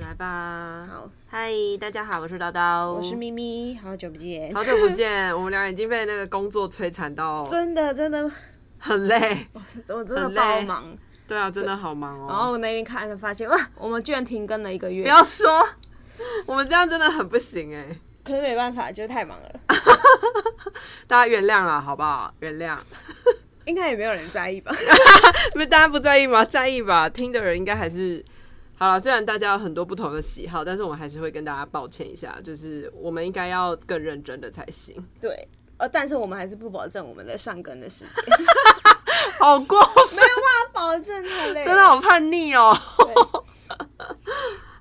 来吧，好，嗨，大家好，我是叨叨，我是咪咪，好久不见，好久不见，我们俩已经被那个工作摧残到 真的真的，很累，我真的很累爆忙。对啊，真的好忙然后哦。我那天看了发现，哇，我们居然停更了一个月不，要说，我们这样真的很不行哎、可是没办法，就是太忙 了，大家原谅啊，好不好？原谅，应该也没有人在 意吧？因为大家不在意吗？在意吧，听的人应该还是。好了，虽然大家有很多不同的喜好，但是我们还是会跟大家抱歉一下，就是我们应该要更认真的才行。对，呃，但是我们还是不保证我们的上更的时间， 好过分，没有办法保证太累了，真的好叛逆哦、对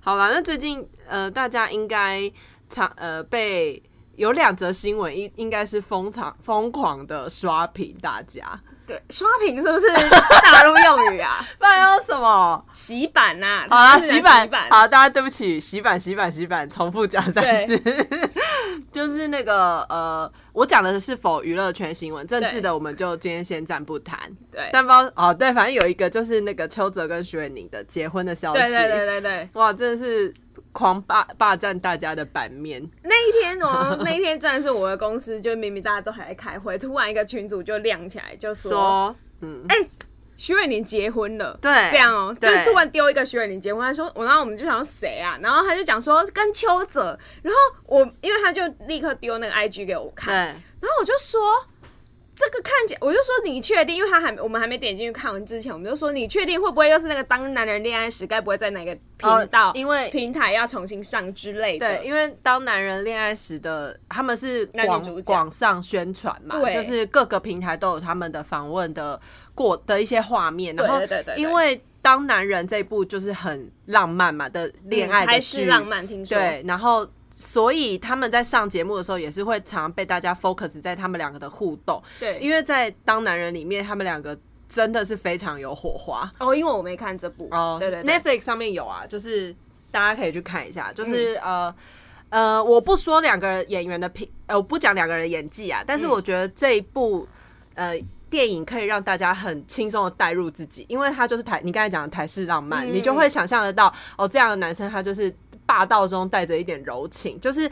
好啦，那最近呃，大家应该常呃被有两则新闻，应应该是疯狂疯狂的刷屏大家，对，刷屏是不是大陆用语啊？不然要什么？ 洗版呐、啊，好啦，自然洗版洗版，好，大家对不起，洗版，洗版，洗版，重复讲三次， 就是那个呃，我讲的是否娱乐圈新闻，政治对的我们就今天先暂不谈。对，但不知道哦，对，反正有一个就是那个邱泽跟徐伟宁的结婚的消息，对对对对对，哇，真的是狂霸霸占大家的版面，那一天 哦，那一天真的是我的公司，就明明大家都还在开会，突然一个群主就亮起来，就说说嗯，：“哎、徐伟宁结婚了。”对，这样哦、就对突然丢一个徐伟宁结婚，他说，我然后我们就想说谁啊？然后他就讲说跟邱泽，然后我因为他就立刻丢那个 IG 给我看，对然后我就说。这个看起来，我就说你确定？因为他还我们还没点进去看完之前，我们就说你确定会不会又是那个当男人恋爱时，该不会在哪个频道、哦因为平台要重新上之类的？对，因为当男人恋爱时的他们是男女广主角广上宣传嘛，对就是各个平台都有他们的访问的过的一些画面，然后对对对对因为当男人这一部就是很浪漫嘛的恋爱嗯还的是剧，浪漫，听说对，然后所以他们在上节目的时候也是会常被大家 focus 在他们两个的互动，对，因为在当男人里面他们两个真的是非常有火花，哦，因为我没看这部哦，对对嗯 n e t 对， f l i x 上面有啊，就是大家可以去看一下，就是、呃。呃，我不说两个人演员的品，呃，我不讲两个人的演技啊，但嗯是我觉得这一部、呃电影可以让大家很轻松的带入自己，因为他就是台，你刚才讲的台式浪嗯漫，你就会想象得到哦，这样的男生他就是霸道中带着一点柔情，就是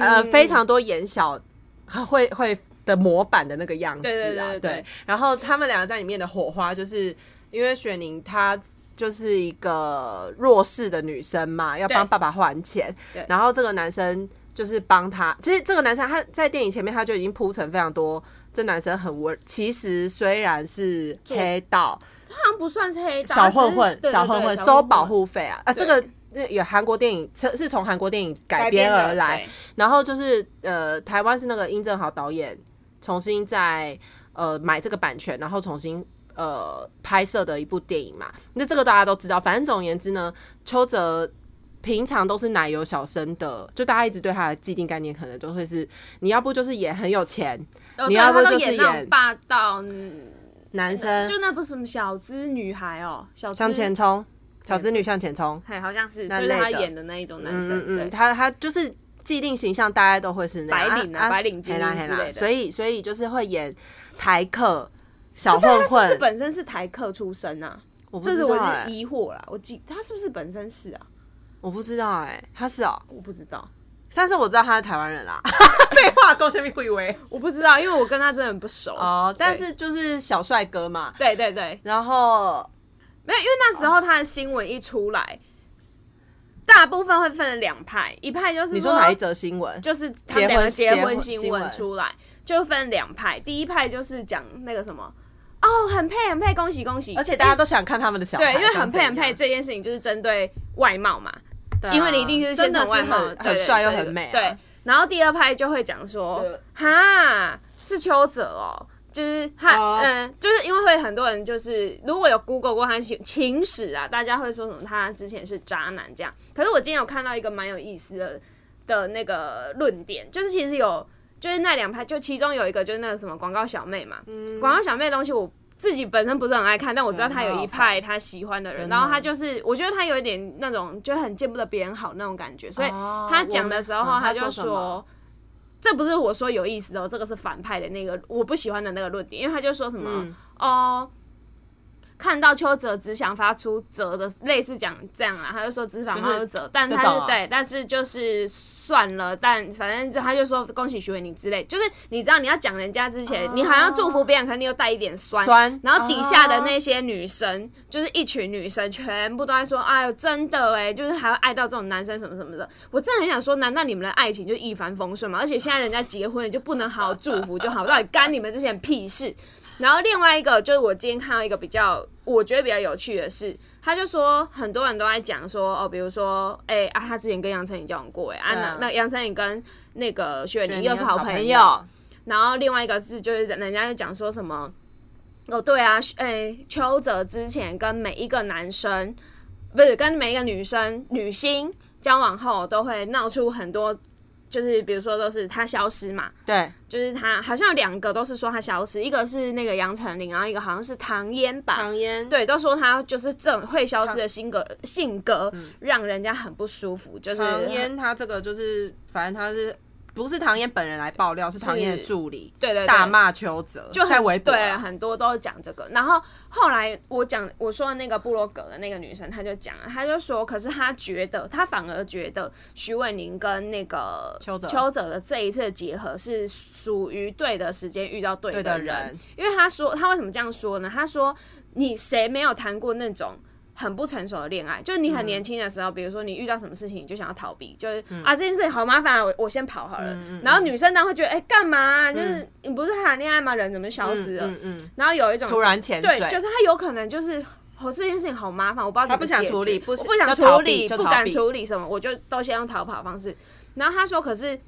呃嗯非常多眼小会会的模板的那个样子啊，对对对对对然后他们两个在里面的火花，就是因为雪宁她就是一个弱势的女生嘛，要帮对爸爸还钱对，然后这个男生就是帮她。其实这个男生他在电影前面他就已经铺成非常多，这男生很温。其实虽然是黑道好像不算是黑道，小混只混啊是，对对对小小混混混收保护费啊啊，这对个。那有韩国电影是是从韩国电影改改编编的而来，，然后就是呃，台湾是那个殷正豪导演重新在呃买这个版权，然后重新呃拍摄的一部电影嘛。那这个大家都知道，反正总而言之呢，邱泽。平常都是奶油小生的，就大家一直对他的既定概念，可能都会是你要不就是演很有钱对哦你对要不他都就是演那演种霸道，嗯男生就那部什么小资女孩哦，小资向前，冲，小资女向前冲，嘿，好像是那就类是的他演的那一种男嗯生，嗯对嗯，，他他就是既定形象，大概都会是那样白领啊白领精嘿英啦嘿啦之类的所以所以就是会演台客、小但混他是不是混，本身是台客出身啊？我不这知是道我哎、是疑惑啦，我记他是不是本身是啊？我不知道哎、他是哦、我不知道，但是我知道他是台湾人啦。 废话，够下面会以为 我不知道，因为我跟他真的很不熟哦，但是就是小帅哥嘛。对对对，然后没有，因为那时候他的新闻一出来，大部分会分成两派，一派就是你说哪一则新闻？啊就是他们两个结结婚婚新新闻闻出来，就分两派。第一派就是讲那个什么，哦，很配很配，恭喜恭喜！而且大家都想看他们的小孩对，因为长很怎配样很配这件事情就是针对外貌嘛，对啊因为你一定就是真先的从是外貌很对很对帅又对很美、啊。对，然后第二派就会讲说对，哈，是邱泽哦。就是他，哦嗯，就是因为会很多人就是如果有 Google 过他的情情史啊，大家会说什么他之前是渣男这样。可是我今天有看到一个蛮有意思的的那个论点，就是其实有就是那两派，就其中有一个就是那个什么广告小妹嘛，嗯广、告小妹的东西我自己本身不是很爱看，但我知道她哦有一派她喜欢的人，的然后她就是我觉得她有一点那种就很见不得别人好那种感觉，所以哦她讲的时候我们嗯她她就说什么说。这不是我说有意思的、哦，这个是反派的那个我不喜欢的那个论点，因为他就说什么、嗯哦，看到邱泽只想发出泽的类似讲这样啊，他就说只反就是发出泽，但是他这是种啊对，但是就是算了，但反正就他就说恭喜徐伟宁之类，就是你知道你要讲人家之哦前，你好像祝福别人，可能你有带一点酸，酸然后底下的那些女生，就是一群女生，全部都在说，哎呦，真的哎，就是还会爱到这种男生什么什么的。我真的很想说，难道你们的爱情就一帆风顺吗？而且现在人家结婚了，就不能好好祝福就好，到底干你们这些人屁事？然后另外一个就是我今天看到一个比较，我觉得比较有趣的是，他就说很多人都在讲说哦，比如说哎、啊，他之前跟杨丞琳交往过哎啊，对那啊那杨丞琳跟那个雪雪玲妮又是好朋友，然后另外一个是就是人家就讲说什么哦对啊，哎、邱泽之前跟每一个男生不是跟每一个女生女星交往后都会闹出很多，就是比如说都是他消失嘛，对，就是他好像有两个都是说他消失，一个是那个杨丞琳，然后一个好像是唐嫣吧，唐嫣对，都说他就是这会消失的性格性格，让人家很不舒服，就是嗯唐嫣她这个就是，反正她是不是唐嫣本人来爆料，是唐嫣的助理对对对大骂邱泽，就很在微博对，啊，很多都讲这个。然后后来我讲我说的那个布洛格的那个女生，她就讲了，她就说，可是她觉得，她反而觉得徐伟宁跟那个邱泽邱泽的这一次的结合是属于对的时间遇到对对的的人，人因为她说她为什么这样说呢？她说你谁没有谈过那种。很不成熟的恋爱，就是你嗯很年轻的时候，比如说你遇到什么事情，你就想要逃避，就是、啊这件事好麻烦啊，我我先跑好了。嗯然后女生当然会觉得，哎、干嘛啊、就是、你不是谈恋爱吗？人怎么消失了？嗯嗯，然后有一种突然潜对水，，就是他有可能就是哦这件事情好麻烦，我不知道怎么他不想解决处理我不不就想处逃理，避就不逃敢避处理什么，我就都先用逃跑的方式。然后他说，可是。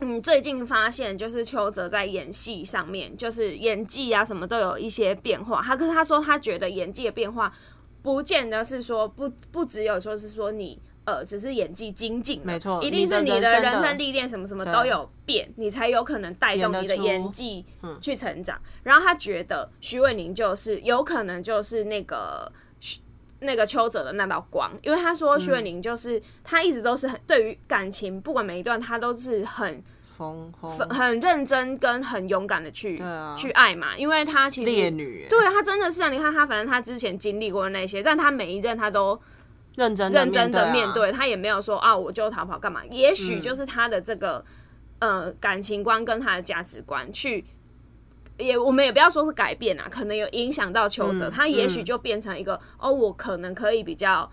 嗯，最近发现就是邱泽在演戏上面，就是演技啊什么都有一些变化。他可是他说他觉得演技的变化，不见得是说不不只有说是说你呃只是演技精进了，没错一定是你的你的人生人的生历练什么什么都有变，你才有可能带动演你得的出嗯演技去成长。然后他觉得徐伟宁就是有可能就是那个徐那个邱泽的那道光，因为他说嗯徐伟宁就是、他一直都是很对于感情，不管每一段他都是很红红很认真跟很勇敢的去、嗯啊去爱嘛，因为他其实烈女，对他真的是啊，你看他反正他之前经历过的那些，但他每一任他都认真认真的面对啊，嗯对，他也没有说啊，我就逃跑干嘛？也许就是他的这个、呃感情观跟他的价值观去，也我们也不要说是改变啊，可能有影响到邱泽，嗯他也许就变成一个、哦，我可能可以比较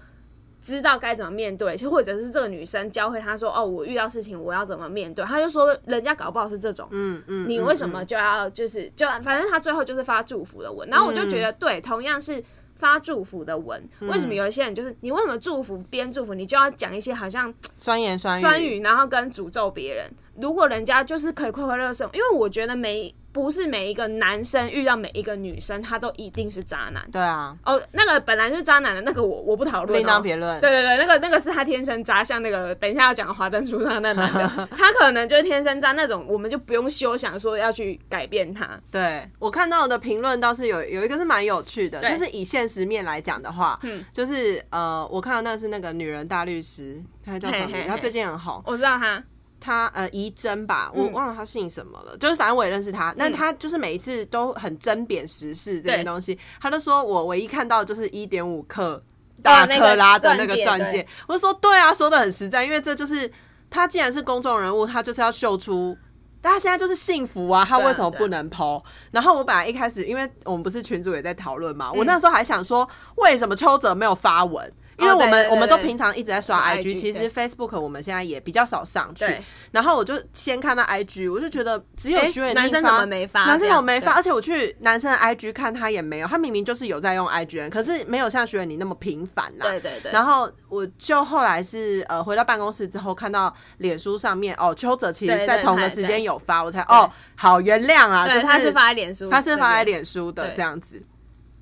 知道该怎么面对，或者是这个女生教会他说哦，我遇到事情我要怎么面对，他就说人家搞不好是这种，嗯嗯，你嗯为什么就要就是就反正他最后就是发祝福的文，然后我就嗯觉得对，同样是发祝福的文，为什么有一些人就是你为什么祝福边祝福，你就要讲一些好像酸言酸语酸语，然后跟诅咒别人？如果人家就是可以快快乐乐生活，因为我觉得每不是每一个男生遇到每一个女生，他都一定是渣男。对啊，哦，那个本来就是渣男的那个我我不讨论、哦，另当别论对对对，那个那个是他天生渣，像那个等一下要讲的华灯初上那男的， 他可能就是天生渣那种，我们就不用休想说要去改变他。对我看到的评论倒是有有一个是蛮有趣的，对就是以现实面来讲的话，就是呃，我看到那是那个女人大律师，她叫什么嘿名嘿字？嘿她最近很红，我知道他，她呃怡珍吧，我嗯忘了她姓什么了，就是反正我也认识她，但她就是每一次都很争辩时事这对些东西，她都说我唯一看到就是一点五克啊大那个克拉的那个钻戒钻戒，我就说对啊，说的很实在，因为这就是她既然是公众人物，她就是要秀出。但她现在就是幸福啊，她对啊为什么对啊不能剖？然后我本来一开始，因为我们不是群主也在讨论嘛，我那时候还想说，为什么邱泽没有发文？因为嗯哦我对们、对对我们都对平常一直在刷 IG IG，其对实 Facebook 我们现在也比较少上去对，然后我就先看到 IG，我就觉得只有诶徐伟宁男生发怎么没发男生这样有没对发，而且我去男生的 IG 看他也没有，他明明就是有在用 IG，人可是没有像徐伟宁那么频繁啦。对对对，然后后我就后来是呃回到办公室之后，看到脸书上面哦，邱泽其对实在对同他个时对间有发，我才哦好原谅啊，就对他是发在脸书，他是发在对脸书的对这样子。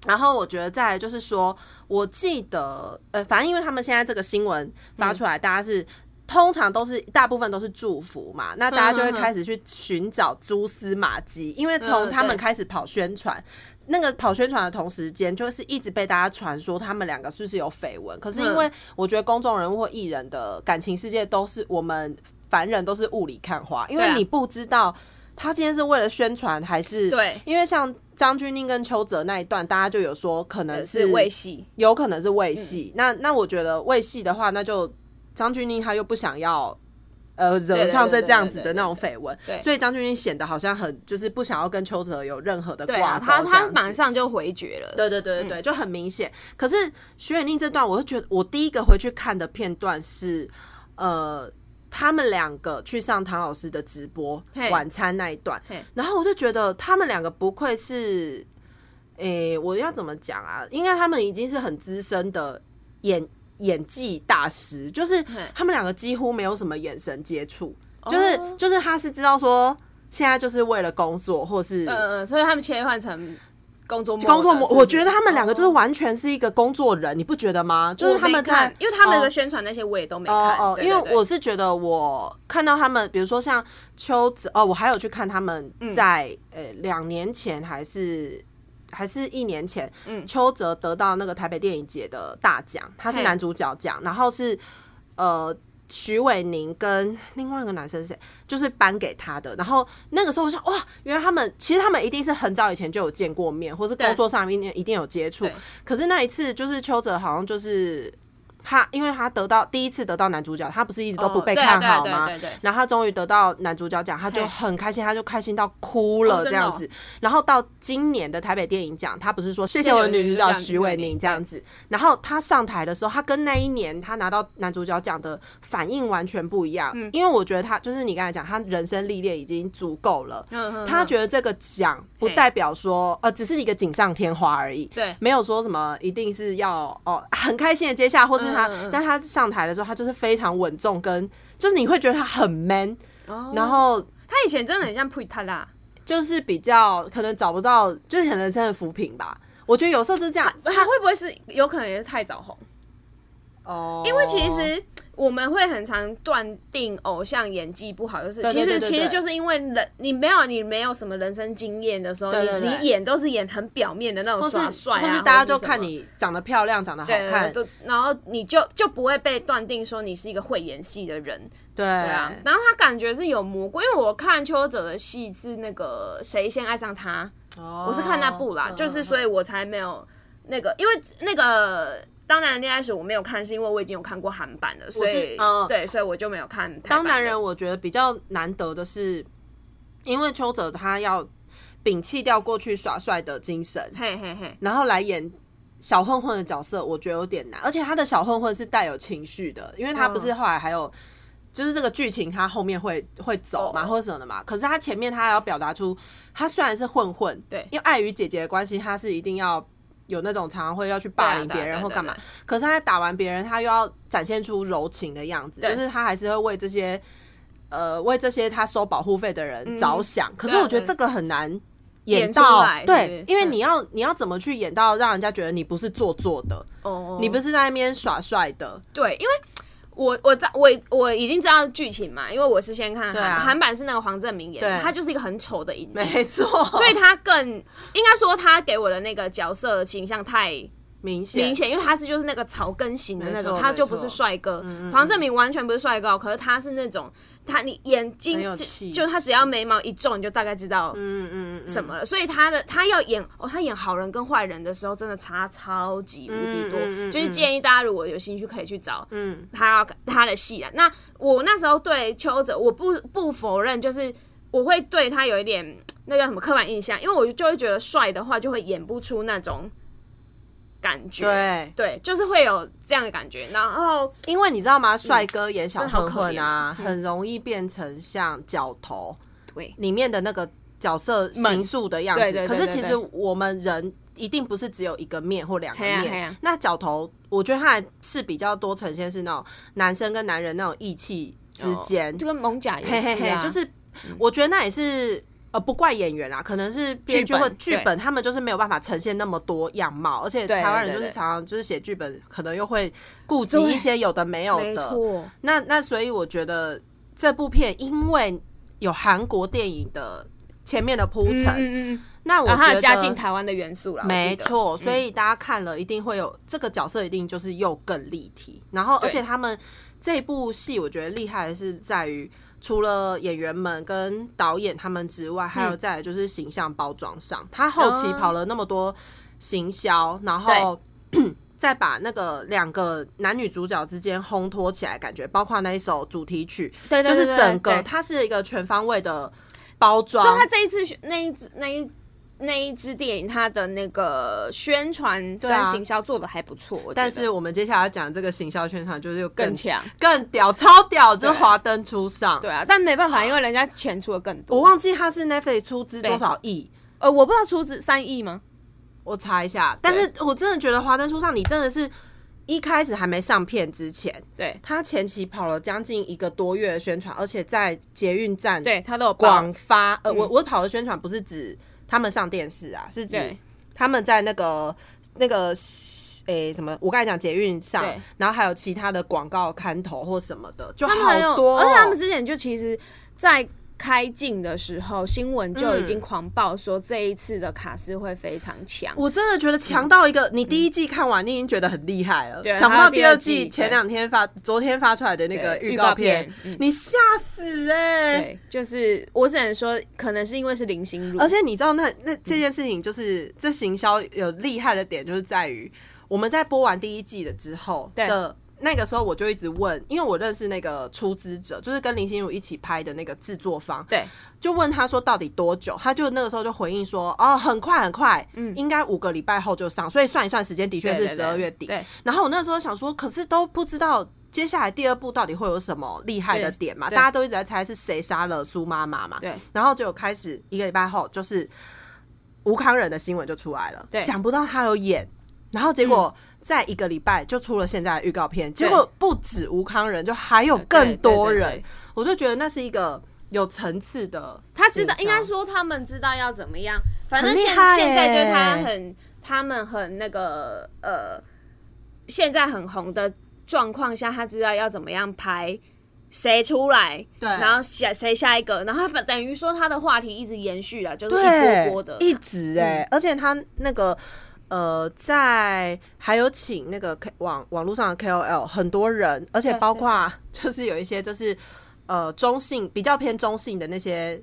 然后我觉得再来就是说，我记得呃，反正因为他们现在这个新闻嗯发出来，大家是。通常都是大部分都是祝福嘛，那大家就会开始去寻找蛛丝马迹，因为嗯从他对们开始跑宣传，那个跑宣传的同时间，就是一直被大家传说他们两个嗯是不是有绯闻。可是因为我觉得公众人物或艺人的感情世界都是我们。凡人都是雾里看花，因对为啊你不知道他今天是为了宣传还是对因为像张钧甯跟邱泽那一段，大家就有说可能是卫戏，嗯有可能是为戏。那那我觉得为戏的话，那就张钧甯他又不想要。呃，惹对上对这对这样子对的对那种绯闻对，所以张钧甯显得好像很就是不想要跟邱泽有任何的对挂啊，钩他这他样子马上就回绝了。对对对对对，嗯就很明显。可是徐远令这段，我就觉得我第一个回去看的片段是，呃，他们两个去上唐老师的直播嘿晚餐那一段嘿，然后我就觉得他们两个不愧是，诶、我要怎么讲啊？应该他们已经是很资深的演演技大师，就是他们两个几乎没有什么眼神接触，就是哦就是他是知道说。现在就是为了工作，或是呃，所以他们切换成工作嗯工作模，模，我觉得他们两个就是玩，完全是一个工作人，你不觉得吗？就是他哦我没们在看，，因为他们的哦宣传那些我也都没哦看，哦，对因对为对我是觉得我看到他们，比如说像秋子，哦，我还有去看他们嗯在呃两年前还是。还是一年前，嗯邱泽得到那个台北电影节的大奖，他是嘿男主角奖，然后是呃徐伟宁跟另外一个男生是谁，就是颁给他的。然后那个时候我想，哇，原来他们其实他们一定是很早以前就有见过面，或是对工作上面一定有接触对。可是那一次就是邱泽好像就是他，因为他得到第一次得到男主角，他不是一直都不被哦对啊看对啊好对啊吗对啊对啊？然后他终于得到男主角奖，他就嘿很开心，他就开心到哭哦了这真的哦样子。然后到今年的台北电影奖，他不是说谢谢谢我的谢女主角女主角徐伟宁这样子。然后他上台的时候，他跟那一年他拿到男主角奖的反应完全不一样，嗯因为我觉得他就是你刚才讲，他人生历练已经足够了。嗯嗯他嗯觉得这个奖不嘿代表说，呃，只是一个锦上添花而已。对没有说什么一定是要哦很开心的接下，或是他，嗯嗯嗯但他上台的时候，他就是非常稳重跟，就是你会觉得他很 man，、哦然后他以前真的很像普塔 拉，就是比较可能找不到，就是很人生的扶贫吧。我觉得有时候就是这样他会不会是有可能也是太早红？哦，因为其实我们会很常断定偶像演技不好，就是对其对实对对其实对就是因为人你没有你没有什么人生经验的时候，对对你对你演都是演很表面的那或种是耍帅或啊，是大家就或是什么看。你长得漂亮，长得好对看，对，然后你就就不会被断定说你是一个会演戏的人，对对啊。啊然后他感觉是有磨过，因为我看邱泽的戏是那个谁先爱上他，哦嗯我是看那部啦，就是所以我才没有那个，因为那个当然恋爱史我没有看，是因为我已经有看过韩版了，所以、嗯对，所以我就没有看台版的。当男人，我觉得比较难得的是，因为邱泽他要摒弃掉过去耍帅的精神，嘿嘿嘿，然后来演小混混的角色，我觉得有点难。而且他的小混混是带有情绪的，因为他不嗯是后来还有。就是这个剧情，他后面会会走嘛，哦或者什么的嘛。可是他前面他要表达出，他虽然是混混，对因为碍于姐姐的关系，他是一定要有那种常常会要去霸凌对啊对啊别人对或对干嘛对。可是他在打完别人，他又要展现出柔情的样子，就对是他还是会为这些呃为这些他收保护费的人着想。可是我觉得对这个很难演嗯演出到，来对对，因为嗯你要你要怎么去演到让人家觉得你不是做作的，哦，你不是在那边耍帅的，对，因为。我我在我我已经知道剧情嘛，因为我是先看对啊韩韩、版是那个黄正明演的，对他就是一个很丑的影 帝，没错，所以他更应该说他给我的那个角色的形象太明显明显，因为他是就是那个草根型的那没种，错嗯他就不是帅哥。黄正明完全不是帅哥哦，可是他是那种，他你眼睛很有气就势就他只要眉毛一皱，你就大概知道嗯嗯嗯什么了。所以他的他要演哦，他演好人跟坏人的时候，真的差超级无敌多。嗯嗯嗯嗯就是建议大家如果有兴趣，可以去找嗯，他他的戏啊。那我那时候对邱泽，我不不否认，就是我会对他有一点那叫什么刻板印象，因为我就会觉得帅的话就会演不出那种感觉，对，对，就是会有这样的感觉。然后因为你知道嗯吗？帅哥演小真的好混可混啊，怜很容易变成像角头嗯对里面的那个角色们形塑的样对子。对对可是其对实我们人一定不是只有一个面或两个嘿呀嘿啊面呀，那角头我觉得他还是比较多呈现是那种男生跟男人那种义气之间，就跟蒙甲也是、啊嘿嘿嘿，就是我觉得那也是。呃，不怪演员啦，可能是编剧剧本或剧对本，他们就是没有办法呈现那么多样貌，而且对台湾人就对是对常常就是写剧本，可能又会顾及对一些有的没有没的。错，那那所以我觉得这部片因为有韩国电影的前面的铺嗯陈，嗯嗯，那我然后他觉得有加进台湾的元素了，我记得嗯没错，所以大家看了一定会有这个角色，一定就是又更立体。然后，而且他们这部戏我觉得厉害的是在于，除了演员们跟导演他们之外，嗯还有再来就是形象包装上，他后期跑了那么多行销，然后 再把那个两个男女主角之间烘托起来，感觉包括那一首主题曲，对对就对是对整对个它是一个全方位的包装。他这一次选那一支那一那一支电影，它的那个宣传跟啊行销做的还不错，我觉得但是我们接下来讲这个行销宣传，就是又更强。更屌，超屌，就是对华灯初上。对啊，但没办法，因为人家钱出的更多。我忘记它是 Netflix 出资多少亿，呃，我不知道出资三亿吗？我查一下。但是我真的觉得《华灯初上》，你真的是一开始还没上片之前，对他前期跑了将近一个多月的宣传，而且在捷运站对，他都有报嗯广发。呃，我我跑的宣传不是指他们上电视啊，是指对他们在那个那个诶、什么，我刚才讲捷运上对，然后还有其他的广告刊头或什么的，就他们还好有，多哦、而且他们之前就其实，在开镜的时候，新闻就已经狂爆说这一次的卡斯会非常强。我真的觉得强到一个，你第一季看完，你已经觉得很厉害了嗯对，想不到第二还有第二季季前两天发、昨天发出来的那个对预告片预告片嗯，你吓死哎、对，就是我只能说，可能是因为是林心如，而且你知道那，那这件事情就是、这行销有厉害的点，就是在于我们在播完第一季的之后对的那个时候，我就一直问，因为我认识那个出资者，就是跟林心如一起拍的那个制作方，对就问他说到底多久，他就那个时候就回应说，哦，很快很快，嗯，应该五个礼拜后就上，所以算一算时间的确是对对十对二月底。对然后我那时候想说，可是都不知道接下来第二部到底会有什么厉害的对点嘛，对大家都一直在猜是谁杀了苏妈妈嘛，对，然后结果开始一个礼拜后，就是吴康仁的新闻就出来了，对想不到他有演，然后结果在一个礼拜就出了现在的预告片，结果不止吴康仁，就还有更多人，对对对对我就觉得那是一个。有层次的行销，他知道，应该说他们知道要怎么样。反正很厉现害现在就是他欸很，他们很那个呃，现在很红的状况下，他知道要怎么样拍谁出来，对然后下谁下一个，然后他反等于说他的话题一直延续了，就是一对波波的。嗯一直哎、而且他那个呃，在还有请那个 K 网网络上的 KOL 很多人，而且对包括 就是有一些就是呃中性比较偏中性的那些。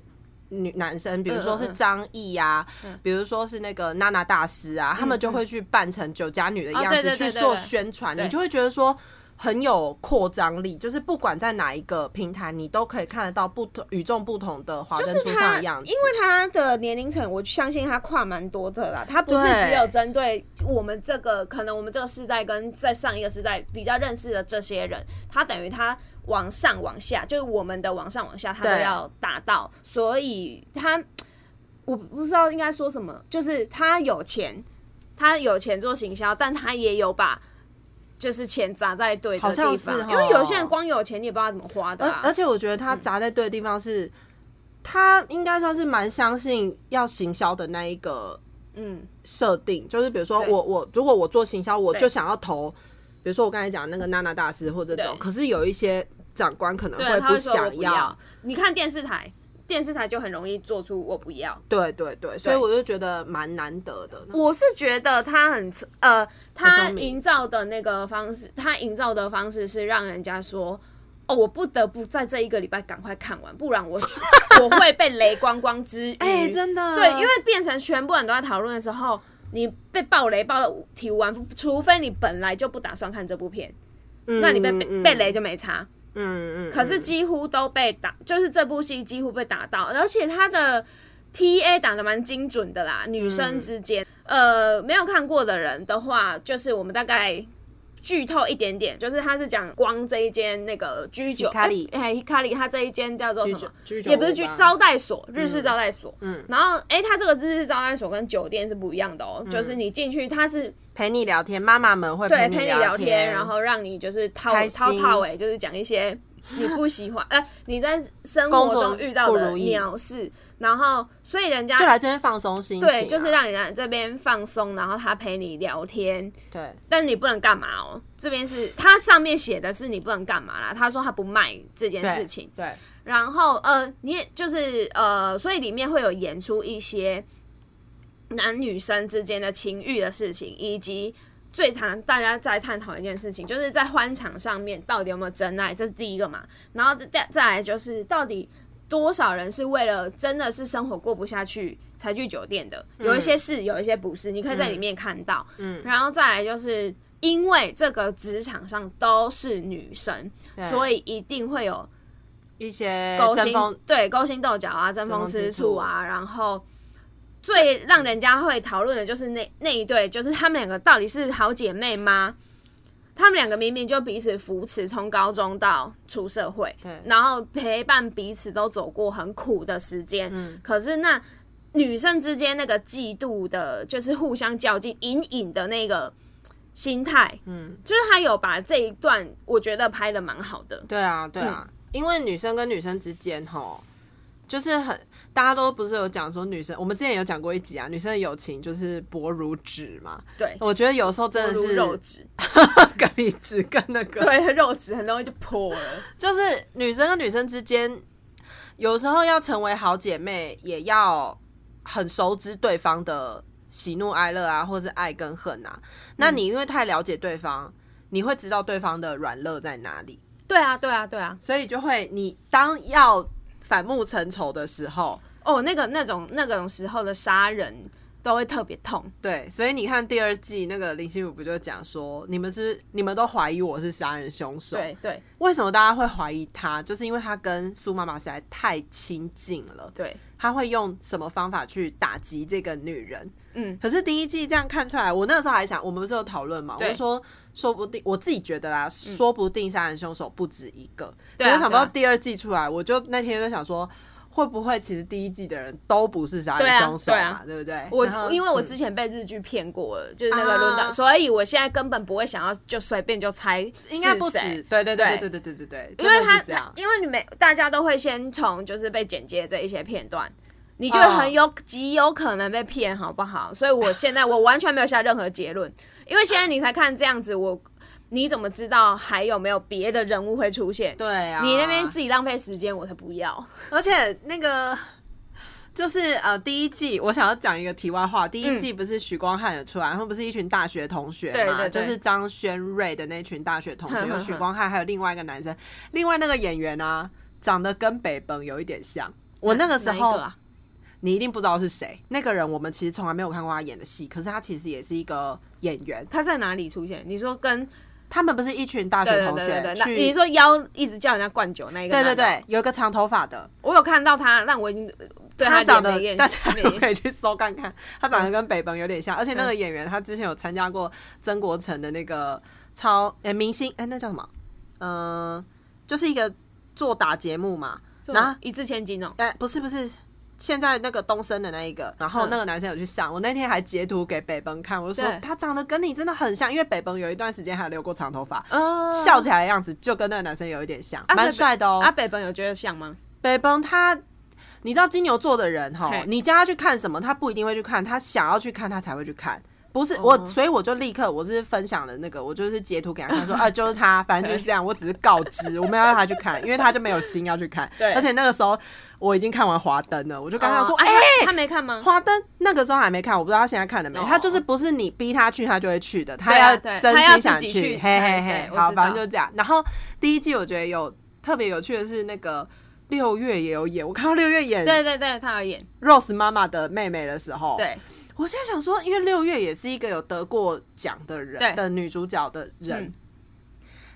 女男生，比如说是嗯嗯嗯张译啊，比如说是那个娜娜大师啊，他们就会去扮成酒家女的样嗯哦对对子对去对做对宣传，对你就会觉得说很有扩张力，就是不管在哪一个平台，你都可以看得到不同与众不同的华灯初上他，的因样子。为他的年龄层，我相信他跨蛮多的啦。他不是对只有针对我们这个，可能我们这个世代跟在上一个世代比较认识的这些人，他等于他往上往下，就是我们的往上往下，他都对要达到。所以他，我不知道应该说什么，就是他有钱，他有钱做行销，但他也有把。就是钱砸在对的好地像方，是哦因为有些人光有钱，你也不知道他怎么花的、啊而而且我觉得他砸在对的地方是，他应该算是蛮相信要行销的那一个嗯，设定，就是比如说对我我如果我做行销，我就想要投，比如说我刚才讲那个娜娜大师或这种对，可是有一些长官可能对，他不说我想不要。你看电视台，电视台就很容易做出我不要。对对对，所以我就觉得蛮难得的。我是觉得他很呃，他聪明营造的那个方式，他营造的方式是让人家说。哦，我不得不在这一个礼拜赶快看完，不然我我会被雷光光 之余。哎、真的，对，因为变成全部人都在讨论的时候，你被暴雷暴的体无完肤，除非你本来就不打算看这部片，嗯那你被被嗯被雷就没差。嗯嗯，可是几乎都被打，就是这部戏几乎被打到，而且他的 T A 打的蛮精准的啦，女生之间，嗯呃，没有看过的人的话，就是我们大概。剧透一点点，就是他是讲光这一间那个居酒 Hikari 哎哎，Hikari 他这一间叫做什么？居酒也不是居屋吧招待所，日式招待所。嗯，然后哎，他这个日式招待所跟酒店是不一样的哦，嗯就是你进去它是陪你聊天，妈妈们会对，你陪你聊聊天，然后让你就是套开套心套尾，就是讲一些你不喜欢，呃，你在生活工作中遇到不的如意鸟事，然后所以人家就来这边放松心情啊、对，就是让人家这边放松，然后他陪你聊天，对。但你不能干嘛哦。这边是他上面写的是你不能干嘛啦，他说他不卖这件对事情，对，然后呃，你也就是呃，所以里面会有演出一些男女生之间的情欲的事情，以及最常大家在探讨一件事情，就是在欢场上面到底有没有真爱，这是第一个嘛。然后再再来就是到底多少人是为了真的是生活过不下去才去酒店的？有一些是，有一些不是，你可以在里面看到。嗯，然后再来就是因为这个职场上都是女生，所以一定会有一些勾争心锋，对勾心斗角啊，争风风吃吃醋啊，然后最让人家会讨论的就是那那一对，就是她们两个到底是好姐妹吗？她们两个明明就彼此扶持，从高中到出社会，对然后陪伴彼此都走过很苦的时间，可是那女生之间那个嫉妒的，就是互相较劲、隐隐的那个心态，嗯，就是她有把这一段我觉得拍的蛮好的，对啊，对啊，嗯因为女生跟女生之间吼，就是很大家都不是有讲说女生，我们之前有讲过一集啊，女生的友情就是薄如纸嘛。对，我觉得有时候真的如是 肉质。跟你纸跟那个，对，肉质很容易就破了。就是女生跟女生之间，有时候要成为好姐妹，也要很熟知对方的喜怒哀乐啊，或是爱跟恨啊。嗯那你因为太了解对方，你会知道对方的软肋在哪里，对啊，对啊，对啊。所以就会你当要反目成仇的时候，哦，那个那种那种时候的杀人都会特别痛。对，所以你看第二季那个林心如不就讲说，你们是你们都怀疑我是杀人凶手，对对为什么大家会怀疑他？就是因为他跟苏妈妈实在太亲近了，对，他会用什么方法去打击这个女人？嗯，可是第一季这样看出来，我那时候还想，我们不是有讨论嘛？我对嗯就说，说不定我自己觉得啦，说不定杀人凶手不止一个。对啊结果想不到对啊第二季出来，我就那天就想说，会不会其实第一季的人都不是杀对人啊凶手对嘛啊？对不对？然后我因为我嗯之前被日剧骗过了，就是那个啊轮到，所以我现在根本不会想要就随便就猜应该不是止谁，嗯对对对对对对对对对，因为真的他是这样他，因为你每大家都会先从就是被剪接这一些片段，你就会嗯很有、极有可能被骗，好不好？所以我现在我完全没有下任何结论， 因为现在你才看这样子，我你怎么知道还有没有别的人物会出现？对啊，你那边自己浪费时间，我才不要。而且那个就是呃，第一季我想要讲一个题外话，第一季不是许光汉有出来，他们不是一群大学同学嘛，嗯对对对就是张轩瑞的那群大学同 学，哼哼有许光汉，还有另外一个男生，另外那个演员啊，长得跟北本有一点像。我那个时哪一候，啊，你一定不知道是谁。那个人我们其实从来没有看过他演的戏，可是他其实也是一个演员。他在哪里出现？你说跟他们不是一群大对学对同对学对对，那去，你说腰一直叫人家灌酒那一个？啊对对，对，有一个长头发的，我有看到他，但我已经对他长长得没印大象家没都印象 可以去搜看看，他长得跟北本有点像，而且那嗯个演员他之前有参加过曾国城的那个超诶、明星诶、那叫什么？呃，就是一个作答节目嘛。然后一掷千金 哦。诶、不是不是，现在那个东升的那一个，然后那个男生有去上，我那天还截图给北本看，我就说嗯对他长得跟你真的很像，因为北本有一段时间还留过长头发。嗯，笑起来的样子就跟那个男生有一点像，蛮帅的哦。阿啊北本有觉得像吗？北崩他，你知道金牛座的人哈嘿，你叫他去看什么，他不一定会去看，他想要去看他才会去看。不哦是我，所以我就立刻我是分享了那个，我就是截图给他看 说，啊，就是他，反正就是这样，我只是告知，我没有让他去看，因为他就没有心要去看。 对而且那个时候我已经看完华灯了，我就跟他说，哦啊哎、他他没看吗？华灯那个时候还没看，我不知道他现在看了没。哦他就是不是你逼他去，他就会去的，他对啊要对真他要心自想己去。去嘿嘿对嘿，对我好，知反正道就是这样。然后第一季我觉得有特别有趣的是那个。六月也有演，我看到六月演对对对，他有演， Rose 妈妈的妹妹的时候，，对我现在想说，因为六月也是一个有得过奖的人对的女主角的人嗯，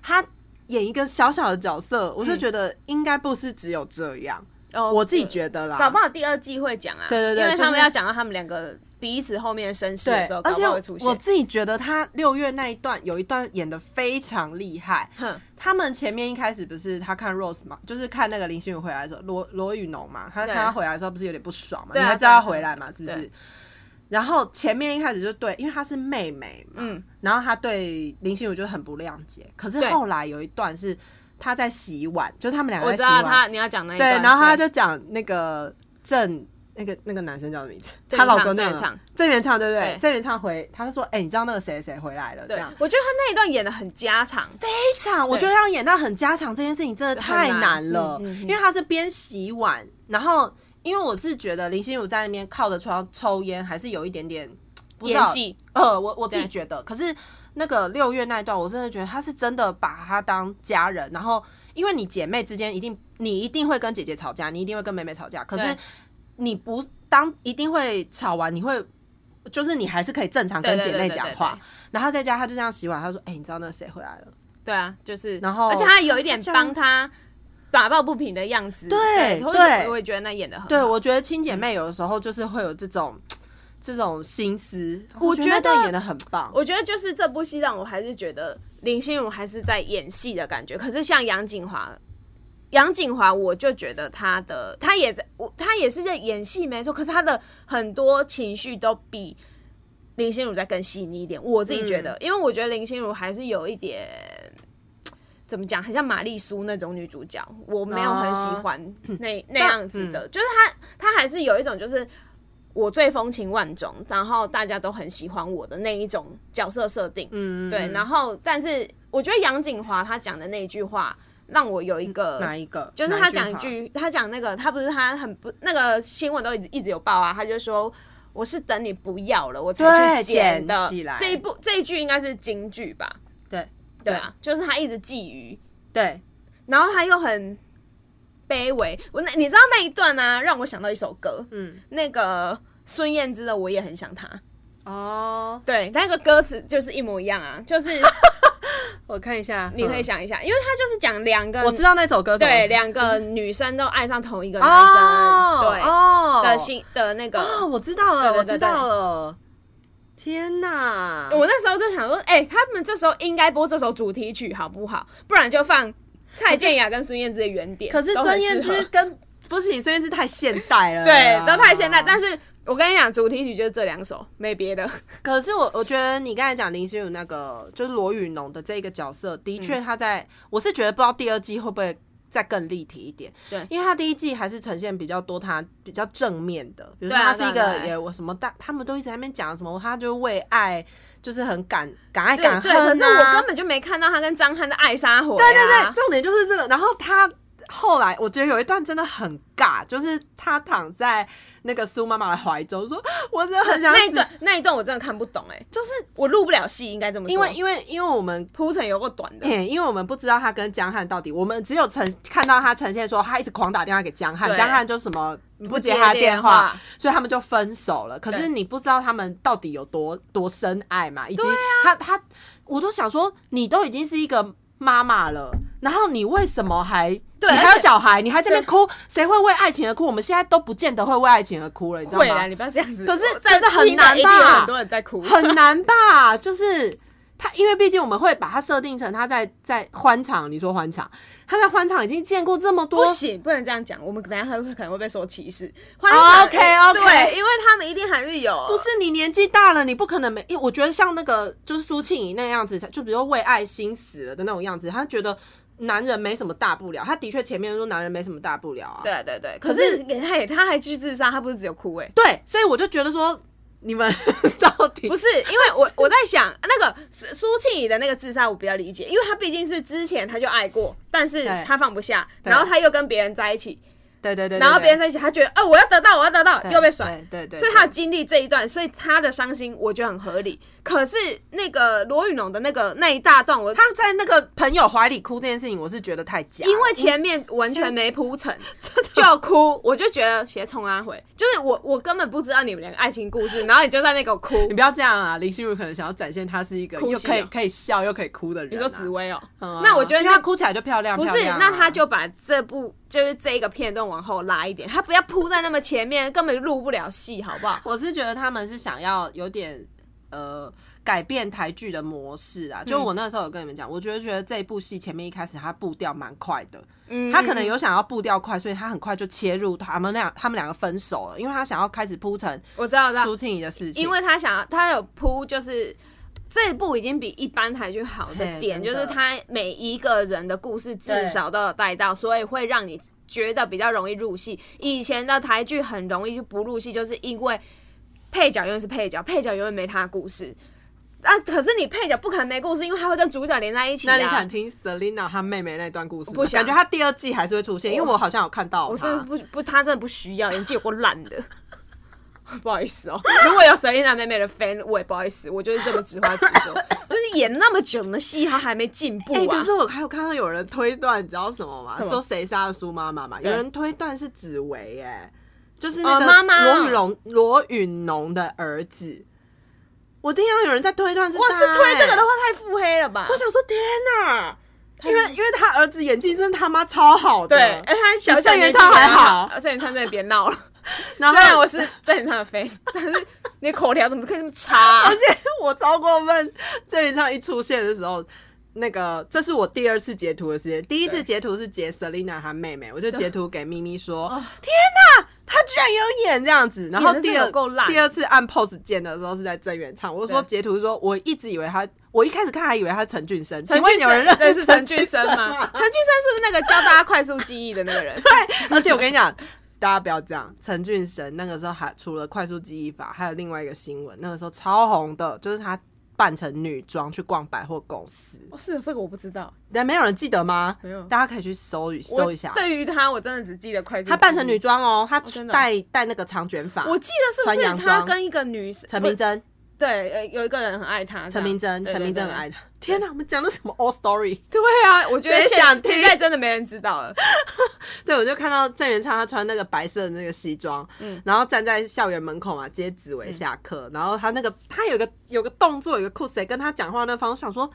她演一个小小的角色，我嗯就觉得应该不是只有这样，哦，我自己觉得啦，搞不好第二季会讲啊，对对对因为他就们是要讲到他们两个彼此后面的身世对的时候，，而搞不且好会出我现。自己觉得他六月那一段有一段演的非常厉害。哼，他们前面一开始不是他看 Rose 嘛，就是看那个林心如回来的时候，罗罗宇农嘛，他对看他回来的时候不是有点不爽嘛，你对啊还知道他回来嘛，是不是对？然后前面一开始就对，因为她是妹妹嘛，嗯然后他对林心如就很不谅解。可是对后来有一段是他在洗碗，就是他们两个我在知洗道啊碗，他你要讲那一对，段然后他就讲那个郑，那个那个男生叫什么名字？郑他元老畅公郑那元个畅郑元畅，对不对对？郑元畅回，他就说：“哎、你知道那个谁谁回来了？”这对，样我觉得他那一段演的很家常，非常，我觉得要演到很家常这件事情真的太难了，很难嗯嗯嗯因为他是边洗碗，然后因为我是觉得林心如在那边靠着窗抽烟，还是有一点点。不知道演戏呃，我我自己对觉得，可是那个六月那一段，我真的觉得她是真的把她当家人，然后因为你姐妹之间一定你一定会跟姐姐吵架，你一定会跟妹妹吵架，可是对你不当一定会吵完，你会。就是你还是可以正常跟对对姐对妹对讲对话，然后在家她就这样洗碗，她说：“哎、你知道那谁回来了？对啊，就是，然后而且他有一点这样帮他打抱不平的样子，对我对我也觉得那演的很好。对，我觉得亲姐妹有的时候就是会有这种、这种心思，我觉觉那段得演的很棒。我觉得就是这部戏让我还是觉得林心如还是在演戏的感觉。可是像杨景华，杨景华我就觉得她的她也在，我她也是在演戏没错，可是她的很多情绪都比林心如在更细腻一点。我自己觉得，因为我觉得林心如还是有一点。怎么讲？很像玛丽苏那种女主角，我没有很喜欢那、那样子的，就是她，她还是有一种就是我最风情万种，然后大家都很喜欢我的那一种角色设定。嗯，对。然后，但是我觉得杨景华他讲的那一句话，让我有一个嗯哪一个？就是哪他讲一话句，他讲那个，他不是他很不那个新闻都一直一直有报啊，他就说我是等你不要了，我才对去剪的捡起来。这一部这一句应该是京剧吧？对对啊，就是他一直觊觎，对，然后他又很卑微。我那你知道那一段呢、啊，让我想到一首歌，嗯，那个孙燕姿的《我也很想他》。哦，对，那个歌词就是一模一样啊，就是我看一下，你可以嗯，想一 下，因为他就是讲两个，我知道那首歌怎么对，两个女生都爱上同一个男生，哦，对、哦的心的那个。哦，我知道了，对对我对知道了，天哪！我那时候就想说，哎、他们这时候应该播这首主题曲好不好？不然就放蔡健雅跟孙燕姿的原点。可是都孙很燕适合姿跟不行，孙燕姿太现代了，对都太现代，但是是我跟你讲，主题曲就是这两首，没别的。可是我我觉得你刚才讲林心如那个就是罗宇农的这个角色，的确他在、我是觉得不知道第二季会不会。再更立体一点，对因为他第一季还是呈现比较多他比较正面的，比如说对他啊是一对啊个对啊也我什么大，他们都一直在那边讲什么，他就为爱就是很敢敢爱对敢对，恨、啊、可是我根本啊就没看到他跟张翰的爱杀火、对对对，，重点就是这个。然后他后来，我觉得有一段真的很尬，就是他躺在那个苏妈妈的怀中，说：“我真的很想那一死。段那一段我真的看不懂、哎，就是我录不了戏，应该这么说，因为因为因为我们。铺陈有够短的。欸因为我们不知道他跟江汉到底，我们只有呈看到他呈现说他一直狂打电话给江汉，对江汉就什么不接接他电电话话，所以他们就分手了。可对是你不知道他们到底有多多深爱嘛，以及啊他、他，我都想说你都已经是一个妈妈了，然后你为什么还对你而还有且小孩，你还在那边哭，谁会为爱情而哭？我们现在都不见得会为爱情而哭了，你知道会啦，吗？你不要这样子。可是我在可是很听的难一定有吧很多人在哭，很难吧？就是他，因为毕竟我们会把他设定成他在在欢场，你说欢场，他在欢场已经见过这么不多，行，不能这样讲。我们等一下还会可能会被说歧视。 OK，OK 对，因为他们一定还是有，哦不是你年纪大了，你不可能没。因为我觉得像那个就是苏庆怡那样子，就比如说为爱心死了的那种样子，他觉得男人没什么大不了。他的确前面说男人没什么大不了啊，对对对。可是他也他还去自杀，他不是只有哭哎、对，所以我就觉得说你们 到底不是，因为 我我在想那个苏苏庆怡的那个自杀，我比较理解，因为她毕竟是之前她就爱过，但是对她放不下，对然后她又跟别人在一起，对对对对，然后对别人在一起，她觉得哦我要得到，我要得到，对又被甩，对对对，所以他有经历这一段，所以他的伤心我觉得很合理。可是那个罗宇农的那个那一大段，我他在那个朋友怀里哭这件事情，我是觉得太假了，因为前面完全没铺 陈，就哭，我就觉得邪冲阿回，就是我我根本不知道你们两个爱 情故事，然后你就在那边给我哭。你不要这样啊！林心如可能想要展现她是一个哭又戏可以哦可以笑又可以哭的人、你说紫，薇哦、嗯啊那我觉得因为那她哭起来就漂亮，不是漂，亮啊那他就把这部就是这一个片段往后拉一点，他不要铺在那么前面，根本就录不了戏，好不好？我是觉得他们是想要有点呃改变台剧的模式嗯啊。就我那时候有跟你们讲，我觉得觉得这部戏前面一开始它步调蛮快的，嗯，他可能有想要步调快，所以他很快就切入他们俩他们两个分手了，因为他想要开始铺陈我知道，我知道，苏庆怡的事情， 因为他想要他有铺，就是这部已经比一般台剧好的嘿点，就真是的他每一个人的故事至对少都有带到，所以会让你觉得比较容易入戏。以前的台剧很容易就不入戏，就是因为配角永远是配角，配角永远没他的故事。啊！可是你配角不可能没故事，因为他会跟主角连在一起、啊。那你想听 Selina 她妹妹那段故事吗？不想感觉她第二季哦还是会出现，因为我好像有看到我她真的不不，他真的不需要，演技有够烂的。 不好意思哦，如果有 Selina 妹妹的 fan，我也不好意思，我就是这么直话直 说，就是演那么久的戏，她还没进步哎、啊可。是我还有看到有人推断，你知道什么吗？什么说谁杀了苏妈妈嘛？有对人推断是紫薇，哎，就是那哦个妈妈罗宇龙、罗允农的儿子。我听到有人在推断是哇，他是推这个哎的话太腹黑了吧我？想说天哪，因为因为他儿子演技真的他妈超好的，对，哎，他小比小郑元年纪畅还就好郑元畅在那边闹了。然后 虽然我是郑元畅的 fan，但是你口条怎么可以这么差啊 而？且我超过分，郑元畅一出现的时候，那个这是我第二次截图的时间，第一次对截图是截 Selina 她妹妹，我就截图给咪咪说：“哦天哪，她居然有演这样子。”然后演得真第的二有够烂第二次按 pose 键的时候是在郑元畅，我就说对截图说我一直以为他，我一开始看还以为他陈俊生，陈请问俊有人生，认对，识是陈俊生吗？陈俊生是不是那个教大家快速记忆的那个人？ 而且我跟你讲，大家不要这样。陈俊生那个时候还除了快速记忆法，还有另外一个新闻，那个时候超红的，就是他扮成女装去逛百货公司。哦，是这个我不知道，但没有人记得吗？没有大家可以去搜一我搜一下。，对于他，我真的只记得快速。她扮成女，装哦，她真的哦戴戴那个长卷发。我记得穿是洋不是他装跟一个女生陈明真，对，呃，有一个人很爱他，陈明真，陈明真很爱他。她。天哪，我们讲的什么 all story？对啊，我觉得谁现想听现在真的没人知 道了。对，我就看到郑元畅他穿那个白色的那个西装，嗯然后站在校园门口嘛接紫薇下课，然后他那个他有一个有个动作，有个 cos，跟他讲话那方，我想说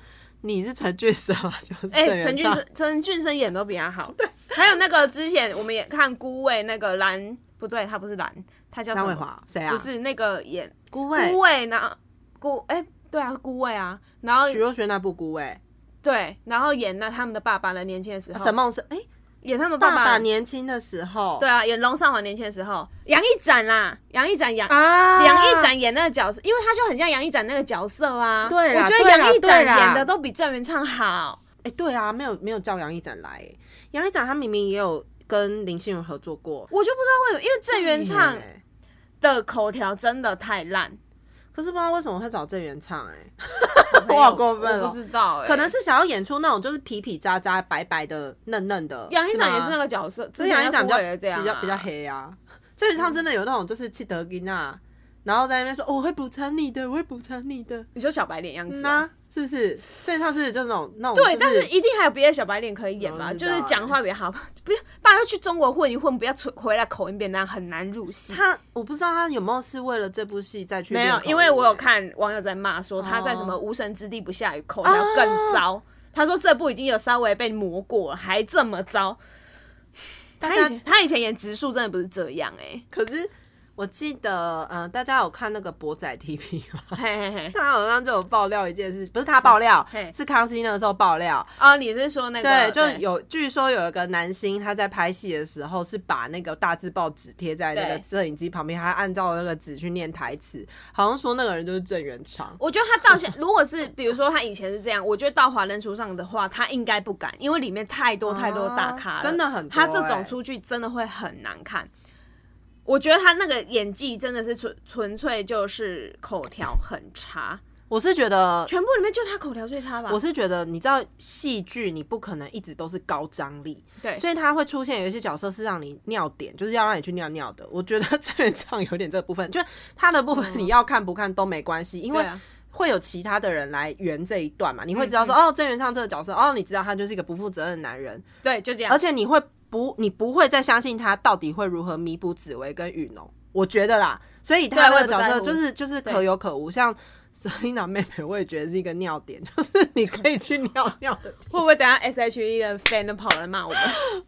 你是陈俊生吗？ 就是郑哎，元畅陈俊生，陈俊生演得都比他好。对，还有那个之前我们也看孤味那个蓝，不对，他不是蓝，他叫什梁伟么？华谁啊？不是那个演孤孤味，味，然后孤哎，对啊，孤味啊，然后许若瑄那部孤味，对，然后演那他们的爸爸的年轻的时候，沈梦生哎，演他们爸爸爸的年轻的时候，对啊，演龙少华年轻的时候，杨一展啦，杨一展杨啊杨一展演那个角色，因为他就很像杨一展那个角色啊。对啦我觉得对啦杨一展对啦演的都比郑元畅好。哎、对啊，没有没有叫杨一展来、杨一展他明明也有跟林心如合作过，我就不知道为什么，因为郑元畅对的口条真的太 烂，可是不知道为什么会找郑元畅哎、我好过分哦我不知道哎、可能是想要演出那种就是皮皮渣渣、白白的、嫩嫩的。杨一展也是那个，个角色，只之是前杨一展比较的顾伟也这样啊比较比较。黑啊。郑元畅真的有那种就是气德金啊，然后在那边说、哦我会补偿你的，我会补偿你的，你说小白脸样子、啊那、。是不是？郑元畅是就那种那种、对，嗯就但是一定还有别的小白脸可以演吧？我不知就道欸是讲话比较好，不要不然就去中国混一混，不要出回来口音变那样，很难入戏。他我不知道他有没有是为了这部戏再去没练有，口因为我有音欸看网友在骂说他在什么无神之地不下雨，口条哦更糟。他说这部已经有稍微被磨过了，还这么糟。大他家以前他以前演植树真的不是这样哎、可是我记得，嗯、大家有看那个博仔 TV 吗？嘿嘿嘿。他好像就有爆料一件事，不是他爆料嘿，是康熙那个时候爆料。哦，你是说那对，个就有据说有一个男星，他在拍戏的时候是把那个大字报纸贴在那个对摄影机旁边，他按照那个纸去念台词，好像说那个人就是郑元畅。我觉得他到现，如果是比如说他以前是这样，我觉得到华灯初上的话，他应该不敢，因为里面太多太多大咖了，真的很多他这欸种出去真的会很难看。我觉得他那个演技真的是纯纯粹就是口条很差，我是觉得，全部里面就他口条最差吧。我是觉得，你知道戏剧你不可能一直都是高张力，对所以他会出现有一些角色是让你尿点，就是要让你去尿尿的。我觉得 郑元畅有点这部分，就是他的部分你要看不看都没关系，因嗯对为啊，嗯会有其他的人来圆这一段嘛，你会知道说、哦，郑元畅这个角色，哦，你知道他就是一个不负责任的男人，对，就这样。而且你会不，你不会再相信他到底会如何弥补紫薇跟雨农，我觉得啦，所以他对我那也个不角在色乎就是就是可对有可无，像。Selina 妹妹，我也觉得是一个尿点， 就是你可以去尿尿的会不会等下 S H E 的 fan 都跑来骂我们？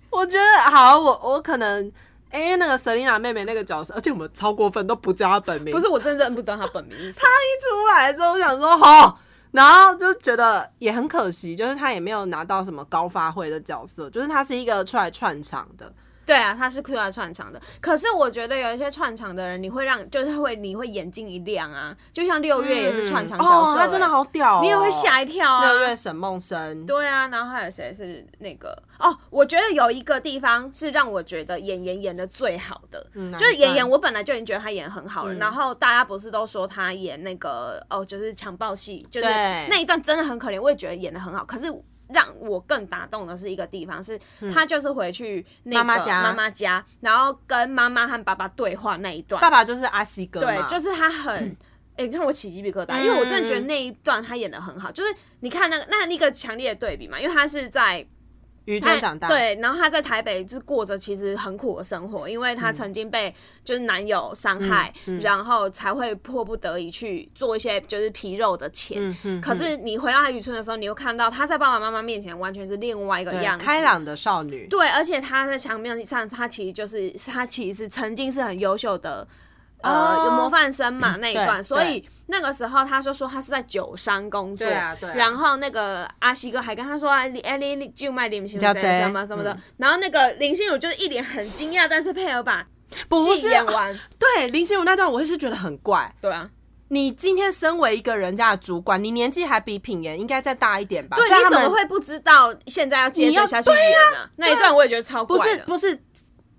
我觉得好，我我可能哎、那个 Selina 妹妹那个角色，而且我们超过分都不叫她本名， 不是，我真的认不得他本名是谁。一出来之后我想说好，然后就觉得也很可惜，就是她也没有拿到什么高发挥的角色，就是她是一个出来串场的，对啊，他是 Q R 串场的。可是我觉得有一些串场的人，你会让就是会你会眼睛一亮啊，就像六月也是串场角色、哦，她真的好屌、哦，你也会吓一跳啊。六月沈梦生，对啊，然后还有谁是那个哦？我觉得有一个地方是让我觉得演员演的最好的，嗯哪一就是演员，段嗯我本来就已经觉得他演得很好了。然后大家不是都说他演那个哦，就是强暴戏，就是对那一段真的很可怜，我也觉得演的很好。可是让我更打动的是一个地方，是他就是回去那嗯个妈妈家妈妈家，然后跟妈妈和爸爸对话那一段，爸爸就是阿西哥嘛，嗯对，就是他很，哎、你看我起鸡皮疙瘩，因为我真的觉得那一段他演的很好，就是你看那个那那个强烈的对比嘛，因为他是在渔他村长大，，对，然后他在台北就是过着其实很苦的生活，因为他嗯曾经被就是男友伤害，然后才会迫不得已去做一些就是皮肉的钱。嗯可是你回到他渔村的时候，你又看到他在爸爸妈妈面前完全是另外一个样子，开朗的少女，对，而且他在墙面上，他其实就是他其实曾经是很优秀的。呃，哦嗯有模范生嘛那一对段，所以对那个时候他就说他是在酒商工作，对啊对啊然后那个阿西哥还跟他说啊，你哎你你就卖林心如较嗯怎贼样什么什么的，然后那个林心如就是一脸很惊讶，但是配合把不戏是啊演 完，对林心如那段，我也是觉得很怪。对啊，你今天身为一个人家的主管，你年纪还比品言应该再大一点吧？对，虽然你他怎们么会不知道现在要接你着要下去演啊？那一段我也觉得超不怪是的，不是，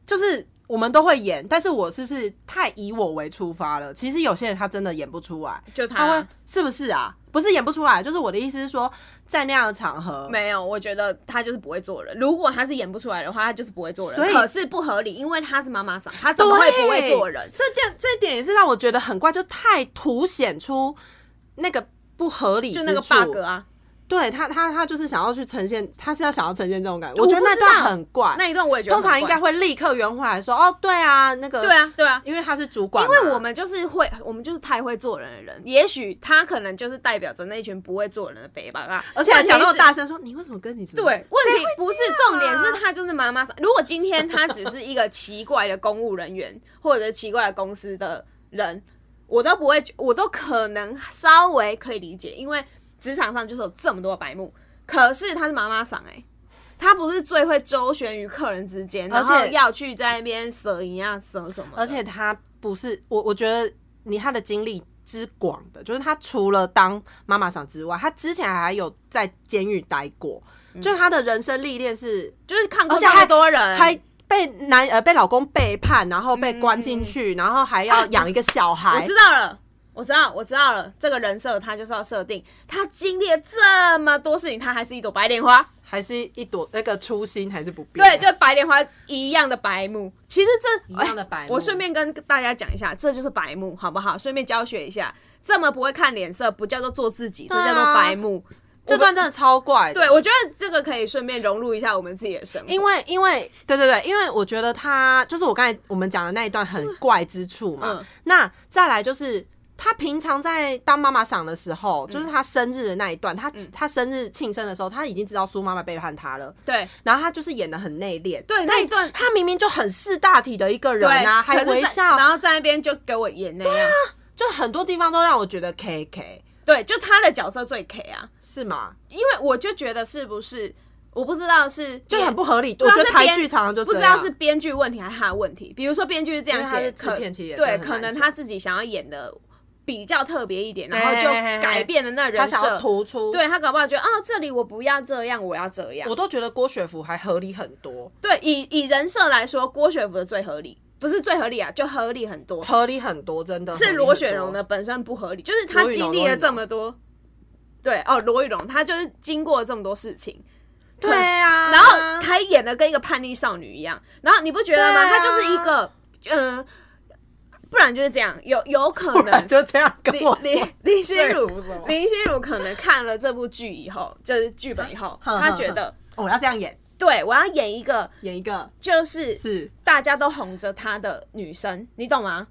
就是我们都会演，但是我是不是太以我为出发了？其实有些人他真的演不出来，就他他会是不是啊？不是演不出来，就是我的意思是说，在那样的场合，没有，我觉得他就是不会做人。如果他是演不出来的话，他就是不会做人。所以可是不合理，因为他是妈妈桑，他怎么会不会做人对？这点这点也是让我觉得很怪，就太凸显出那个不合理，就那个 bug。啊，对他，他他就是想要去呈现，他是要想要呈现这种感觉。我我不觉得那知道段很怪，那一段我也觉得通很怪。常应该会立刻圆回来说，哦，对啊，那个对，啊，对啊，因为他是主管因嘛，为我们就是会，我们就是太会做人的人。也许他可能就是代表着那一群不会做人的北吧啊。而且还讲那问题么是大声说，你为什么跟你怎么对，问题不是重点，啊是他就是妈妈桑。如果今天他只是一个奇怪的公务人员或者奇怪的公司的人，我都不会觉，我都可能稍微可以理解，因为职场上就是有这么多白目。可是他是妈妈桑哎、他不是最会周旋于客人之间，然而且后要去在那边蛇一样蛇什么的，而且他不是我，我觉得你他的经历之广的，就是他除了当妈妈桑之外，他之前还有在监狱待过，嗯就是他的人生历练是就是看过而且这么还多人，还。被男呃被老公背叛，然后被关进去，然后还要养一个小嗯 我孩，知道了，我知道，我知道了。这个人设他就是要设定，他经历了这么多事情，他还是一朵白莲花。还是一朵那个初心还是不变，对，就白莲花一样的白目。其实这哎一样的白目我顺便跟大家讲一下，这就是白目，好不好？顺便教学一下，这么不会看脸色，不叫做做自己，这对啊叫做白目。这段真的超怪的，对，我觉得这个可以顺便融入一下我们自己的生活。因为因为对对对，因为我觉得他就是我刚才我们讲的那一段很怪之处嘛。嗯那再来就是他平常在当妈妈桑的时嗯候，就是他生日的那一段，他、他生日庆生的时候，他已经知道苏妈妈背叛他了。对然后他就是演的很内敛，对那一段他明明就很识大体的一个人对啊，可还是在微笑，然后在那边就给我演那样。就很多地方都让我觉得 K K 对，就他的角色最 K 啊，是吗？因为我就觉得是不是，我不知道是就很不合理。不我知觉道得是台编剧常常就啊不知这道样是编剧问题还是他的问题。比如说编剧是这样因为他写，是制可片其实也对，真的很可能难他自己想要演的比较特别一点，然嘿后就嘿嘿改变了那他人想要设。突出，对他搞不好觉得啊、这里我不要这样，我要这样我。都觉得郭雪芙还合理很多。对，以以人设来说，郭雪芙的最合理，不是最合理啊，就合理很 多。合理很多，真的是罗雪容荣的，本身不合理，就是他罗玉经荣历罗了玉这么多。对哦，罗玉荣他就是经过了这么多事情，对啊， 然后 还演的跟一个叛逆少女一样，然后你不觉得吗？对啊她就是一个，嗯、不然就是这样，有有可能就这样跟林我林说，林心说如服什么林心如可能看了这部剧以后，就是剧本以后，哼她觉得，我要这样演，对我要演一个演一个就是是大家都哄着她的女生，你懂吗？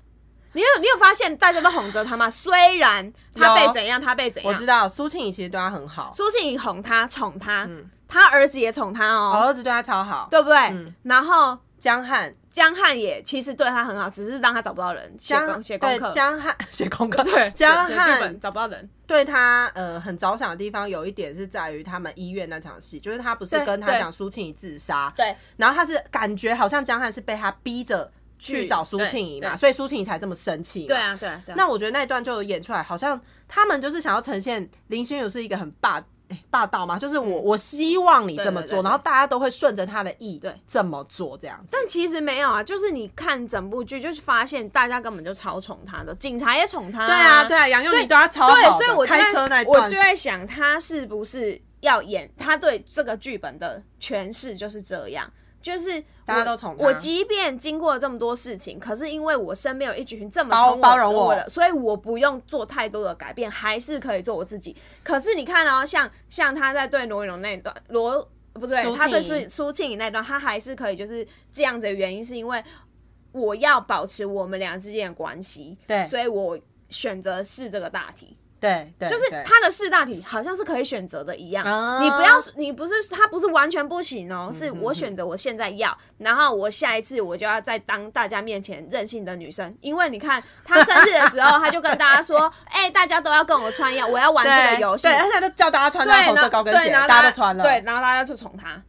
你有你有发现大家都哄着她吗？虽然她被有怎样，她被怎我知样，道苏庆怡其实对他很好，苏庆怡哄她宠她，嗯她儿子也宠她我哦，儿子对他超好，对不对？嗯然后江汉江汉也其实对他很好，只是让他找不到人写江功写功课对。江 汉写功课，对江写写剧汉本找不到人，对他呃很着想的地方有一点是在于他们医院那场戏，就是他不是对跟他对讲苏庆怡自杀，对然后他是感觉好像江汉是被他逼着去去找苏对庆怡嘛，对所以苏庆怡才这么生气嘛，对啊对啊对啊。那我觉得那一段就有演出来，好像他们就是想要呈现林心如是一个很霸、哎霸道嘛，就是我、我希望你这么嗯对做，对对然后大家都会顺着他的意对这么做这样子。但其实没有啊，就是你看整部剧，就是发现大家根本就超宠他的，警察也宠他、对啊，对啊，杨佑所以你对他超好的，对，所以我就开在车那一我段就在想，他是不是要演，他对这个剧本的诠释就是这样，就是大家我都宠他我即便经过了这么多事情，可是因为我身边有一群这么包宠包容我我的了，所以我不用做太多的改变，还是可以做我自己。可是你看哦，像像他在对罗云龙那一段，罗不对苏，庆他对怡苏苏庆怡那一段，他还是可以就是这样子的原因，是因为我要保持我们俩之间的关系，对所以我选择是这个大题。对对，就是对他的四大题好像是可以选择的一样，啊嗯你不要，你不是他不是完全不行哦，是我选择我现在要，然后我下一次我就要再当大家面前任性的女生，因为你看他生日的时候，他就跟大家说， 哎、大家都要跟我穿一样，我要玩这个游戏，对，他现在都叫大家穿那对，红然后色高跟对鞋，然后大家都穿了，对，，然后大家就宠他。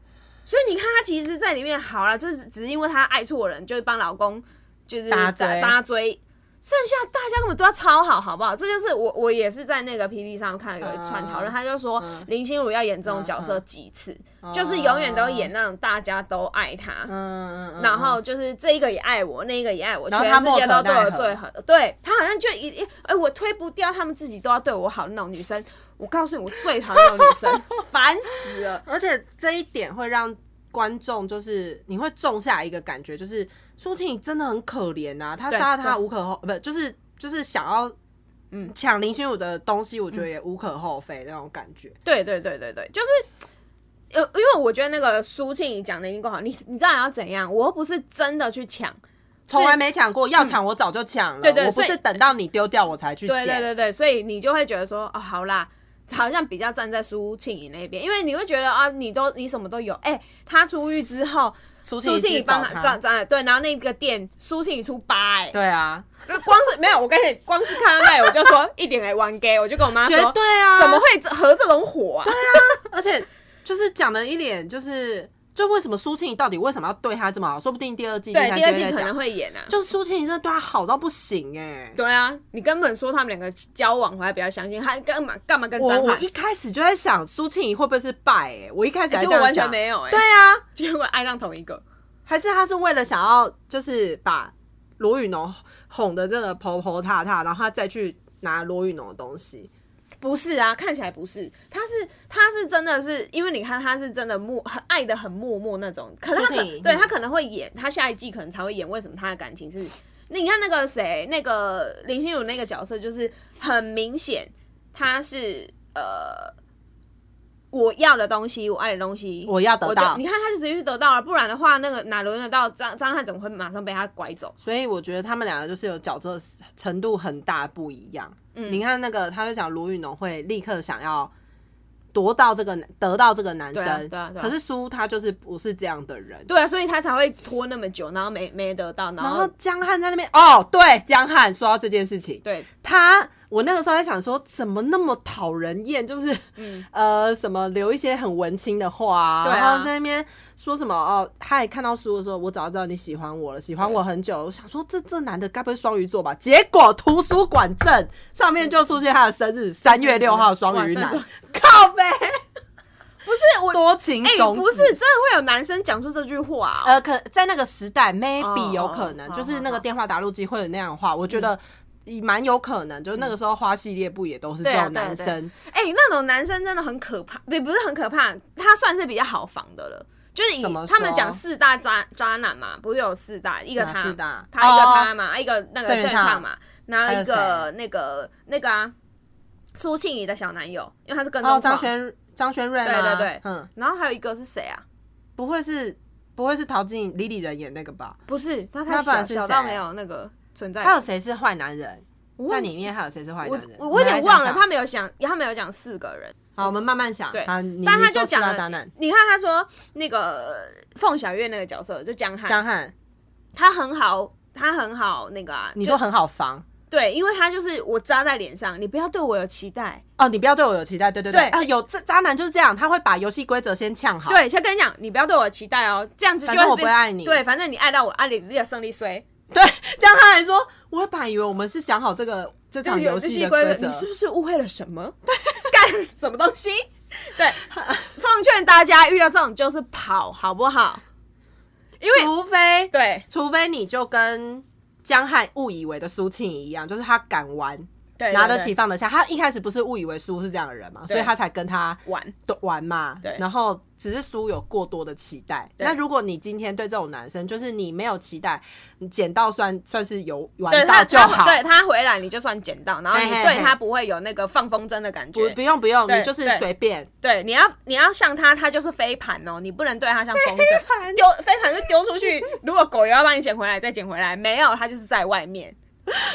所以你看，他其实，在里面好了，就是只是因为他爱错人，就是帮老公就是搭打追搭追，剩下大家根本对他超好，好不好？这就是我我也是在那个 P D 上看到有一串讨嗯论，他就说林心如要演这种角色几次，就是嗯永远都演那种大家都爱他，嗯嗯嗯，然后就是这一个也爱我，那一个也爱我，全后他世界都莫可对我奈何最好的。对他好像就一哎、我推不掉，他们自己都要对我好那种女生。我告诉你，我最讨厌那种 女生，烦死了。而且这一点会让观众就是你会种下一个感觉，就是苏庆怡真的很可怜啊，他对杀了他对无可厚，不就是就是想要嗯抢林心如的东西，我觉嗯得也无可厚非那种感觉。对对对对对，就是。呃，因为我觉得那个苏庆怡讲的已经够好，你你到底要怎样？我又不是真的去抢，从来没抢过，要抢我早就抢了，嗯对对我不所是以等到你丢掉我才去对对捡。对对，所以你就会觉得说，哦，好啦，好像比较站在苏庆怡那边，因为你会觉得啊，你都你什么都有，哎、他出狱之后，苏苏庆怡怡去帮找他站站对，然后那个店苏庆怡出八哎、对啊，就光是没有，我跟你光是看到那里我就说一点哎玩 gay，我就跟我妈绝说，对啊，怎么会这合这种火啊？而且就是讲的一脸就是，就为什么苏庆怡到底为什么要对他这么好？说不定第二季、第对，三第二季会再可讲能会演啊。就是苏庆怡真的对他好到不行哎、对啊，你根本说他们两个交往回来比较相信，他干嘛干嘛跟我张我翰？一开始就在想苏庆怡会不会是败哎、我一开始还结这果样完想全没有哎、对啊，结果爱上同一个。还是他是为了想要就是把罗宇农哄得这个婆婆踏踏，然后他再去拿罗宇农的东西。不是啊，看起来不是，他是他是真的是，因为你看他是真的默很爱的很默默那种，可是他可苏庆怡对嗯他可能会演，他下一季可能才会演为什么他的感情是，那你看那个谁，那个林心如那个角色就是很明显，他是呃我要的东西，我爱的东西，我要得就到你啊看他就直接去得到了，不然的话，那个哪轮得到张张翰怎么会马上被他拐走？所以我觉得他们两个就是有角色程度很大不一样。嗯你看那个，他就讲罗宇农会立刻想要夺到这个得到这个男生，对啊对啊对啊可是苏他就是不是这样的人。对啊，所以他才会拖那么久，然后没没得到，然然后后江汉在那边哦，对，江汉说到这件事情，对他我那个时候在想说，怎么那么讨人厌？就是、 呃，什么留一些很文青的话、啊嗯对啊然后在那边说什么哦，他也看到书的时候，我早就知道你喜欢我了，喜欢我很久了。我想说，这这男的该不会双鱼座吧？结果图书馆证上面就出现他的生 日，三月六号双鱼哇 男这是，靠呗，不是我多情哎、种子、不是，真的会有男生讲出这句话、哦。呃，可在那个时代哦，maybe 有可能，哦嗯就是那个电话打录机会有那样的话，我觉得也蛮有可能。就是那个时候花系列不也都是这对啊种对啊男对啊生？哎、那种男生真的很可怕，不不是很可怕，他算是比较好防的了。就是以怎么说他们讲四大渣渣男嘛，不是有四大，一个哪他，四大他一个哦他嘛，一个那个郑郑元畅畅嘛，然后一还个那个那个啊，苏庆怡的小男友，因为他是跟哦，踪张狂，轩张轩瑞对吗对对嗯，然后还有一个是谁啊？不会是不会是陶晶李李仁演那个吧？不是，他那太不然小是小到谁没有那个存在还感。有谁是坏男人？我在忘里面还有谁是坏我男人？我我有点忘你了，们来想想他没有讲，他没有讲四个人。好，我们慢慢想。对好你但你他说就四讲大了嗯渣男你看他说那个凤小岳那个角色就江汉，张翰，他很好，他很好那个啊，你就说很好防对，因为他就是我扎在脸上，你不要对我有期待。哦，你不要对我有期待。对对对，对啊，有这渣男就是这样，他会把游戏规则先呛好。对，先跟你讲，你不要对我有期待哦，这样子就反正我被不会爱你对，反正你爱到我，爱你你的胜利衰，对， 这样他来说，我本来以为我们是想好这个这场游戏的规则你，是不是误会了什么？ 对，干什么东西？对，奉劝大家遇到这种就是跑，好不好？因为除非对除非你就跟江汉误以为的苏庆一样，就是他敢玩，对拿得起放得下。他一开始不是误以为苏是这样的人嘛，所以他才跟他玩。都玩嘛。对然后只是苏有过多的期待。对那如果你今天对这种男生，就是你没有期待，你捡到算算是有对玩他到就他好，对他回来你就算捡到，然后你嘿嘿对嘿他不会有那个放风筝的感觉不。不用不用，对你就是对随 便。对，你要你要像他，他就是飞盘哦，你不能对他像风筝。盘丢飞盘就丢出去，如果狗也要帮你捡回来，再捡回来，没有，它就是在外面，